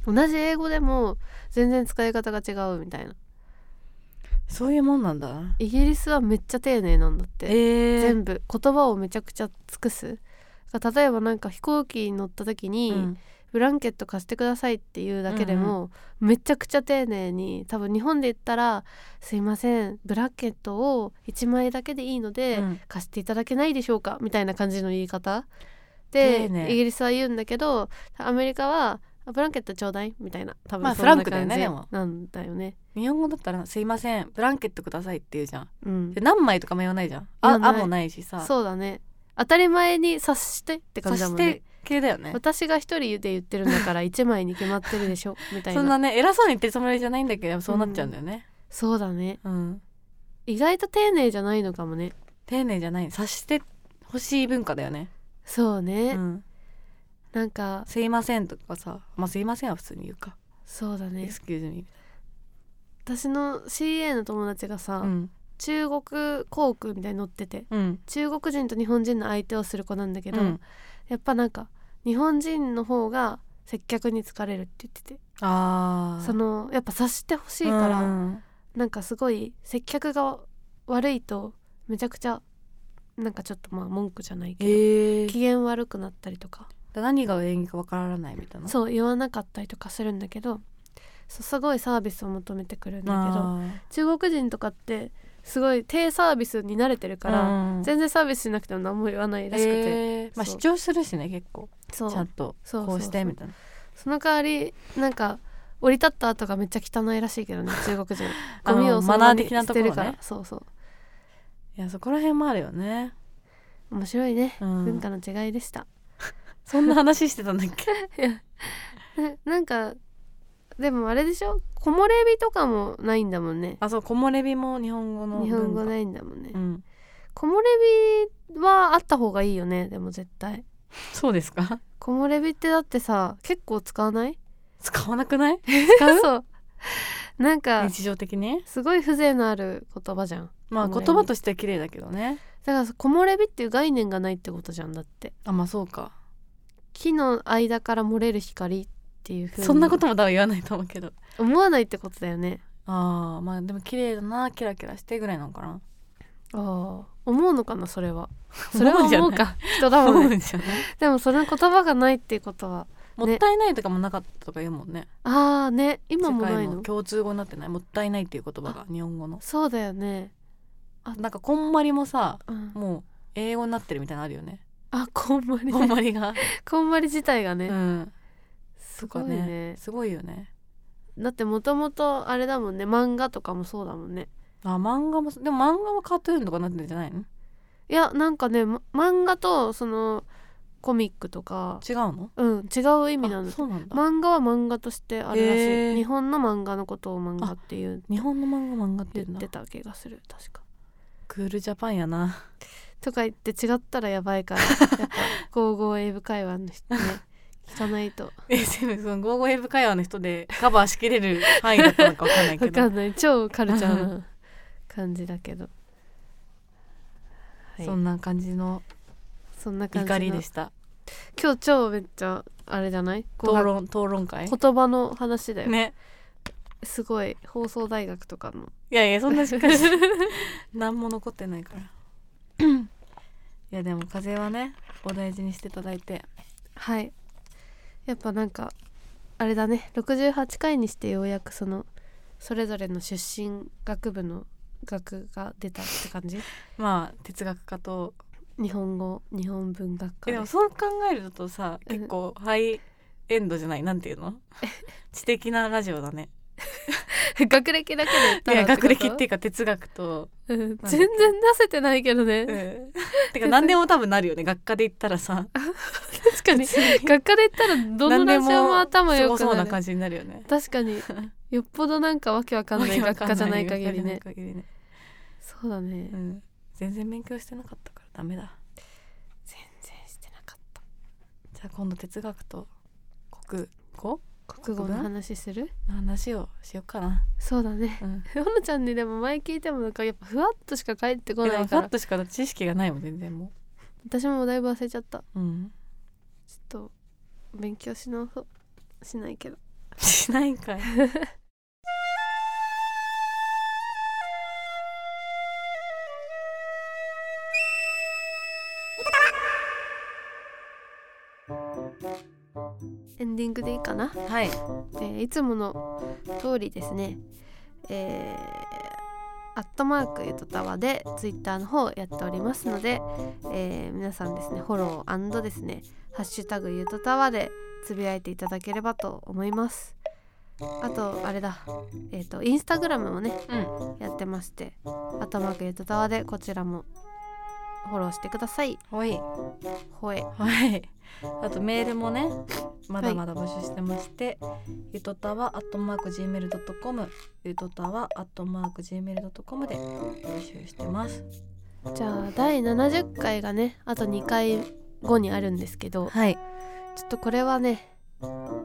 Speaker 2: 同じ英語でも全然使い方が違うみたいな
Speaker 1: そういうもんなんだ
Speaker 2: イギリスはめっちゃ丁寧なんだって、
Speaker 1: ええ
Speaker 2: 全部言葉をめちゃくちゃ尽くすだから例えばなんか飛行機に乗った時に、
Speaker 1: うん
Speaker 2: ブランケット貸してくださいっていうだけでも、めちゃくちゃ丁寧に多分日本で言ったら「すいませんブランケットを1枚だけでいいので、
Speaker 1: うん
Speaker 2: 貸していただけないでしょうか」みたいな感じの言い方
Speaker 1: 丁
Speaker 2: で
Speaker 1: 寧
Speaker 2: イギリスは言うんだけどアメリカは「あブランケットちょうだい」みたいな多
Speaker 1: まあ
Speaker 2: 分そん
Speaker 1: フラ
Speaker 2: な
Speaker 1: ンクだよ
Speaker 2: 感
Speaker 1: ね
Speaker 2: じ
Speaker 1: でも
Speaker 2: なんだよね。
Speaker 1: 日本語だったら「すいませんブランケットください」って言うじゃん
Speaker 2: うん
Speaker 1: で、何枚とかも言わないじゃんあ
Speaker 2: 言わ
Speaker 1: あ
Speaker 2: ない
Speaker 1: もないしさ
Speaker 2: そうだね当たり前に察してって感
Speaker 1: そ
Speaker 2: じだも
Speaker 1: し
Speaker 2: んね
Speaker 1: て系だよね
Speaker 2: 私が一人で言ってるんだから1枚に決まってるで しょみたいな
Speaker 1: そんなね偉そうに言ってるつもりじゃないんだけどそうなっちゃうんだよね
Speaker 2: そうだね
Speaker 1: うん
Speaker 2: 意外と丁寧じゃないのかもね
Speaker 1: 丁寧じゃない察してほしい文化だよね、
Speaker 2: そうね、
Speaker 1: うん、
Speaker 2: なんか
Speaker 1: すいませんとかさまあすいませんは普通に言うか
Speaker 2: そうだね
Speaker 1: excuse me
Speaker 2: 私の CA の友達がさ、
Speaker 1: うん
Speaker 2: 中国航空みたいに乗ってて
Speaker 1: うん
Speaker 2: 中国人と日本人の相手をする子なんだけ
Speaker 1: け
Speaker 2: ど、やっぱなんか日本人の方が接客に疲れるって言ってて
Speaker 1: ああ
Speaker 2: そのやっぱ察してほしいから、なんかすごい接客が悪いとめちゃくちゃなんかちょっとまあ文句じゃないけど、
Speaker 1: ええ
Speaker 2: 機嫌悪くなったりとか
Speaker 1: 何が原因かわからないみたいなう
Speaker 2: そう言わなかったりとかするんだけどそうすごいサービスを求めてくるんだけど
Speaker 1: だ
Speaker 2: 中国人とかってすごい低サービスに慣れてる
Speaker 1: けど
Speaker 2: から、
Speaker 1: うん
Speaker 2: 全然サービスしなくても何も言わないらしくて、
Speaker 1: えーまあ
Speaker 2: そう
Speaker 1: 主張するしね結構
Speaker 2: そう
Speaker 1: ちゃんと
Speaker 2: そう
Speaker 1: こうしてみ
Speaker 2: い
Speaker 1: たいな
Speaker 2: その代わりなんか降り立った後がめっちゃ汚いらし いけどね中国人
Speaker 1: あの
Speaker 2: ゴミをそ
Speaker 1: マ
Speaker 2: の
Speaker 1: ナ
Speaker 2: 場
Speaker 1: ー
Speaker 2: に
Speaker 1: 的な
Speaker 2: 捨
Speaker 1: とこ
Speaker 2: て
Speaker 1: ろね
Speaker 2: るから、そうそう
Speaker 1: いやそこら辺もあるよね
Speaker 2: 面白いね、
Speaker 1: うん
Speaker 2: 文化の違いでした
Speaker 1: そんな話してたんだっけ
Speaker 2: ななんかでもあれでしょ木漏れ日とかもないんだもんね
Speaker 1: あそう木漏れ日も日本語の文
Speaker 2: 日
Speaker 1: 化
Speaker 2: 本語ないんだもんね
Speaker 1: うん、
Speaker 2: 木漏れ日はあった方がいいよねでも絶対
Speaker 1: そうですか
Speaker 2: 木漏れ日ってだってさ結構使わない
Speaker 1: 使わなくない
Speaker 2: 使う そうなんか
Speaker 1: 日常的に
Speaker 2: すごい風情のある言葉じゃん
Speaker 1: まあ
Speaker 2: 木漏れ
Speaker 1: 言
Speaker 2: 日
Speaker 1: 葉としては綺麗だけどね
Speaker 2: だからさ木漏れ日っていう概念がないってことじゃんだって
Speaker 1: あまあそうか
Speaker 2: 木の間から漏れる光っていう風に
Speaker 1: そんなことも多分言わないと思うけど
Speaker 2: 思わないってことだよね
Speaker 1: ああまあでも綺麗だなキラキラしてぐらいなのかな
Speaker 2: ああ思うのかなそれはそれは
Speaker 1: じゃ
Speaker 2: 思う
Speaker 1: ない
Speaker 2: か人だもんね
Speaker 1: ん じゃない
Speaker 2: でもその言葉がないっていうことは
Speaker 1: もったいないとかもなかったとか言うもんね
Speaker 2: ああね今
Speaker 1: 世
Speaker 2: もな
Speaker 1: 界
Speaker 2: い
Speaker 1: の
Speaker 2: の
Speaker 1: 共通語になってないもったいないっていう言葉が日本語の
Speaker 2: そうだよね、
Speaker 1: なんかこんまりもさ
Speaker 2: うん、
Speaker 1: もう英語になってるみたいなのあるよね
Speaker 2: あこんまり
Speaker 1: こんまりが
Speaker 2: こんまり自体がね、
Speaker 1: うん
Speaker 2: す
Speaker 1: と
Speaker 2: ご
Speaker 1: か
Speaker 2: い
Speaker 1: ね
Speaker 2: ね
Speaker 1: すごいよね
Speaker 2: だってもともとあれだもんね漫画とかもそうだもんね
Speaker 1: あ漫画もでも漫画はカートゥーンとかなってるんじゃないの
Speaker 2: いやなんかね、ま漫画とそのコミックとか
Speaker 1: 違うの
Speaker 2: うん違う意味なん
Speaker 1: あ
Speaker 2: です
Speaker 1: そうなんだ、
Speaker 2: 漫画は漫画としてあるらしい、
Speaker 1: へー
Speaker 2: 日本の漫画のことを漫画っていう
Speaker 1: 日本の漫画漫画って
Speaker 2: 言
Speaker 1: 言うんだ
Speaker 2: ってた気がする確か
Speaker 1: クールジャパンやな
Speaker 2: とか言って違ったらやば いからやっぱゴーゴー英語会話の 人ね聞かないと
Speaker 1: えセブンそのゴーゴーエブ会話の人でカバーしきれる範囲だったのかわかんないけ
Speaker 2: わ
Speaker 1: ど
Speaker 2: かんない超カルチャーな感じだけど、はい、
Speaker 1: そんな感じの
Speaker 2: そんな感じの
Speaker 1: 怒りでした
Speaker 2: 今日超めっちゃあれじゃない語
Speaker 1: 討
Speaker 2: 学
Speaker 1: 論討論会
Speaker 2: 言葉の話だよ、
Speaker 1: ね
Speaker 2: すごい放送大学とかの
Speaker 1: いやいやそんなしっかり 何も残ってないから いやでも風邪はねお大事にしていただいて
Speaker 2: はいやっぱなんかあれだね68回にしてようやくそのそれぞれの出身学部の学が出たって感 じ
Speaker 1: まあ哲学家と
Speaker 2: 日本語日本文学科
Speaker 1: えでもそう考えるとさ
Speaker 2: うん
Speaker 1: 結構ハイエンドじゃないなんていう の知的なラジオだね
Speaker 2: す 学歴だけで言っ
Speaker 1: い
Speaker 2: たら
Speaker 1: や
Speaker 2: てこと
Speaker 1: 学歴っていうか哲学と、
Speaker 2: うん全然出せてないけどね、
Speaker 1: てか何でも多分なるよね学科で言ったら さ
Speaker 2: 確かに学科で言ったらどのラジオも頭良く
Speaker 1: すごそう
Speaker 2: な
Speaker 1: な
Speaker 2: る
Speaker 1: 感じになるよね
Speaker 2: 確かによっぽどなんかわけわかんない学科じゃない限り
Speaker 1: わ
Speaker 2: ね
Speaker 1: けわかんない限りね
Speaker 2: そうだね、
Speaker 1: うん全然勉強してなかったからダメだ
Speaker 2: 全然してなかっ
Speaker 1: じゃあ今度哲学と国語
Speaker 2: た国語の話する
Speaker 1: の話をしようかな。
Speaker 2: そうだね
Speaker 1: うん。
Speaker 2: ほのちゃんにでも前聞いてもなんかやっぱふわっとしか返って
Speaker 1: え
Speaker 2: こ
Speaker 1: で
Speaker 2: な
Speaker 1: も
Speaker 2: い
Speaker 1: パ
Speaker 2: か
Speaker 1: ッ
Speaker 2: ら
Speaker 1: としか知識がないもん全然も
Speaker 2: 私もだいぶ忘れちゃった
Speaker 1: う。うん。
Speaker 2: ちょっと勉強し直そうしないけど
Speaker 1: しないんかい。
Speaker 2: エンディングでいいかな
Speaker 1: はい。
Speaker 2: でいつもの通りですねえー、アットマークゆとたわでツイッターの方やっておりますので、えー皆さんですねフォローですねハッシュタグゆとたわでつぶやいていただければと思いますあとあれだえっ、とインスタグラムもね
Speaker 1: うん。
Speaker 2: やってまして「アトマークゆとたわ」でこちらもフォローしてください
Speaker 1: ほい。
Speaker 2: ほえ
Speaker 1: はい。あとメールもね、まだまだ募集してまして、ゆとたわ at mark gmail.com、ゆとたわ at mark gmail.com で募集してます。
Speaker 2: じゃあ第70回がねあと2回後にあるんですけど
Speaker 1: はい。
Speaker 2: ちょっとこれはね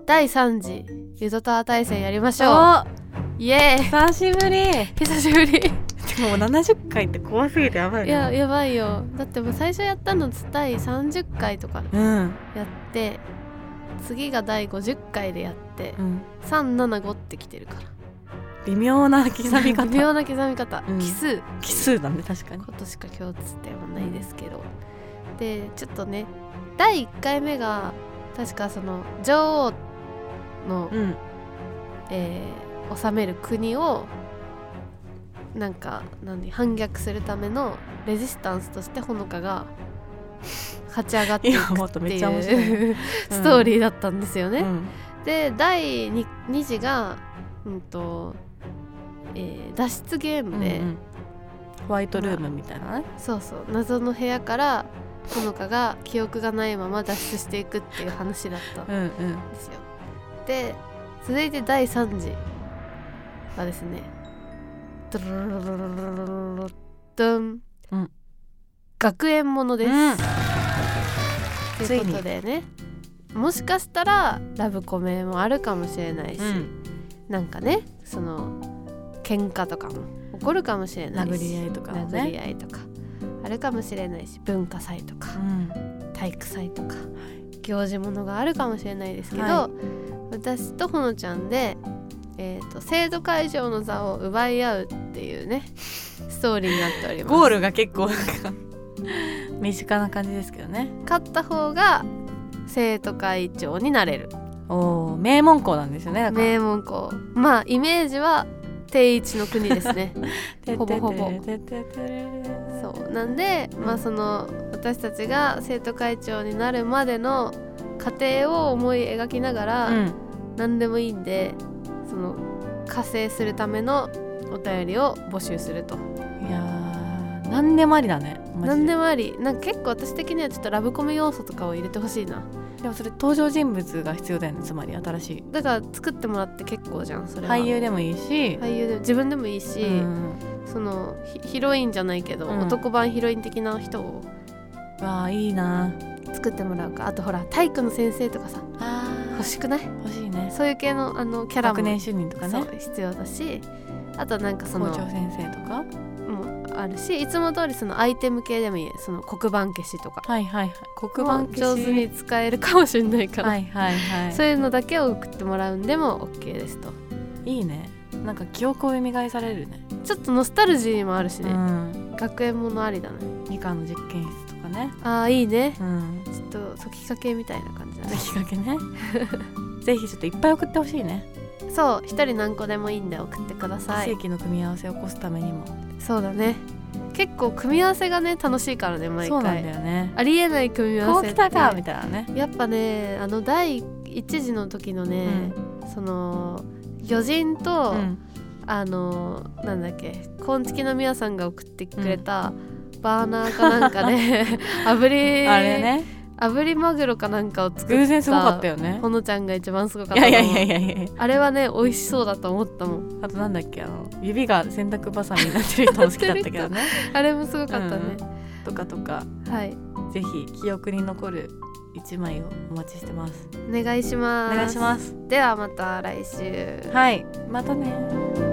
Speaker 2: 第3次ゆとたわ対戦やりましょう
Speaker 1: お
Speaker 2: イエーイ
Speaker 1: 久しぶり。
Speaker 2: 久しぶり
Speaker 1: でも70回って怖すぎてやばい
Speaker 2: い
Speaker 1: ね
Speaker 2: ややばいよだってもう最初やったの第30回とか
Speaker 1: うん。
Speaker 2: やって次が第50回でやって
Speaker 1: うん。
Speaker 2: 375ってきてるから
Speaker 1: 微妙な刻み 方。
Speaker 2: 微妙な刻み方、
Speaker 1: うん
Speaker 2: 奇数
Speaker 1: 奇数だね確かに。
Speaker 2: ことしか共通点はないですけどでちょっとね第1回目が確かその女王の、
Speaker 1: うん。
Speaker 2: えー治める国をなんか何反逆するためのレジスタンスとしてほのかが勝ち上がっていく
Speaker 1: 今思うと
Speaker 2: って
Speaker 1: めっ
Speaker 2: い
Speaker 1: ちゃ面白い。
Speaker 2: うストーリーだったんですよね。
Speaker 1: うん
Speaker 2: で第 2, 二次が、うんとえー脱出ゲームで、
Speaker 1: うんうんホワイトルームみたいなね、
Speaker 2: そうそう謎の部屋からほのかが記憶がないまま脱出していくっていう話だったん
Speaker 1: う
Speaker 2: で
Speaker 1: んうん
Speaker 2: すよ。で続いて第3次はですねドロロロロロロロロドン、
Speaker 1: うん
Speaker 2: 学園ものです。
Speaker 1: うん
Speaker 2: ということでねもしかしたらラブコメもあるかもしれないし、
Speaker 1: うん
Speaker 2: なんかねその喧嘩とかも起こるかもしれないし
Speaker 1: 殴り合いとかもね
Speaker 2: 殴り合いとかあるかもしれないし文化祭とか
Speaker 1: うん
Speaker 2: 体育祭とか行事ものがあるかもしれないですけど、
Speaker 1: は
Speaker 2: 私とほのちゃんで、えー、と生徒会長の座を奪い合うっていうねストーリーになっております。
Speaker 1: ゴールが結構なんか身近な感じですけどね
Speaker 2: 勝った方が生徒会長になれる
Speaker 1: おお名門校なんですよねだから
Speaker 2: 名門校まあイメージは定一の国です ねほぼほぼ
Speaker 1: ててててて
Speaker 2: そうなんでまあその私たちが生徒会長になるまでの過程を思い描きながら、
Speaker 1: うん
Speaker 2: 何でもいいんでその加勢するためのお便りを募集すると
Speaker 1: いやー何でもありだねマジ
Speaker 2: 何でもありなんか結構私的にはちょっとラブコメ要素とかを入れてほしいな
Speaker 1: でもそれ登場人物が必要だよねつまり新しい
Speaker 2: だから作ってもらって結構じゃんそれは
Speaker 1: 俳優でもいいし、
Speaker 2: 俳優でも自分でもいいし、
Speaker 1: うん
Speaker 2: そのヒヒロインじゃないけど、
Speaker 1: うん
Speaker 2: 男版ヒロイン的な人を
Speaker 1: わあいいな
Speaker 2: 作ってもらうかあとほら体育の先生とかさ
Speaker 1: あ
Speaker 2: 欲しくない
Speaker 1: 欲しいね
Speaker 2: そういう系のあのキャラも
Speaker 1: 学年主任とかね
Speaker 2: そう必要だしあとなんかそ
Speaker 1: 校
Speaker 2: の
Speaker 1: 長先生とか
Speaker 2: もあるしいつも通りそのアイテム系でもいいその黒板消しとか
Speaker 1: はいはいはい黒板消
Speaker 2: 上
Speaker 1: し
Speaker 2: 手に使えるかもしれないから、
Speaker 1: はいはいはい
Speaker 2: そういうのだけを送ってもらうんでも OK ですと
Speaker 1: いいねなんか記憶を蘇されるね
Speaker 2: ちょっとノスタルジーもあるし
Speaker 1: う
Speaker 2: ね、
Speaker 1: ん
Speaker 2: 学園ものありだね
Speaker 1: 理科の実験室とかね
Speaker 2: ああいいね
Speaker 1: うん
Speaker 2: ちょっと解きかけみたいな感じだね
Speaker 1: きっかけね ぜひちょっといっぱい送ってほしいね
Speaker 2: そう一人何個でもいいんで送ってくださ
Speaker 1: 奇
Speaker 2: い
Speaker 1: 跡の組み合わせを起こすためにも
Speaker 2: そうだね結構組み合わせがね楽しいからね毎
Speaker 1: そうなんだ
Speaker 2: 回
Speaker 1: よね
Speaker 2: ありえない組み合
Speaker 1: こ
Speaker 2: わ
Speaker 1: う
Speaker 2: せっ
Speaker 1: 来た
Speaker 2: て
Speaker 1: かみたいなね
Speaker 2: やっぱねあの第一次の時のね、その魚人と、
Speaker 1: うん
Speaker 2: あのなんだっけ紺月のみやさんが送ってくれた、バーナーかなんか で炙り
Speaker 1: あれね
Speaker 2: 炙りマグロかなんかを作った
Speaker 1: 偶然すごかったよね
Speaker 2: ほのちゃんが一番すごかっ
Speaker 1: い
Speaker 2: た
Speaker 1: や
Speaker 2: と
Speaker 1: い
Speaker 2: 思
Speaker 1: や
Speaker 2: う
Speaker 1: いやいやいや
Speaker 2: あれはね美味しそうだと思ったもん
Speaker 1: あとなんだっけあの指が洗濯バサミになってる人も好きだったけど ね
Speaker 2: あれもすごかったね、
Speaker 1: とかとか
Speaker 2: はい
Speaker 1: ぜひ記憶に残る一枚をお待ちしてます
Speaker 2: お願いし
Speaker 1: お
Speaker 2: ます
Speaker 1: 願いします
Speaker 2: ではまた来週
Speaker 1: はいまたね
Speaker 2: バイバイ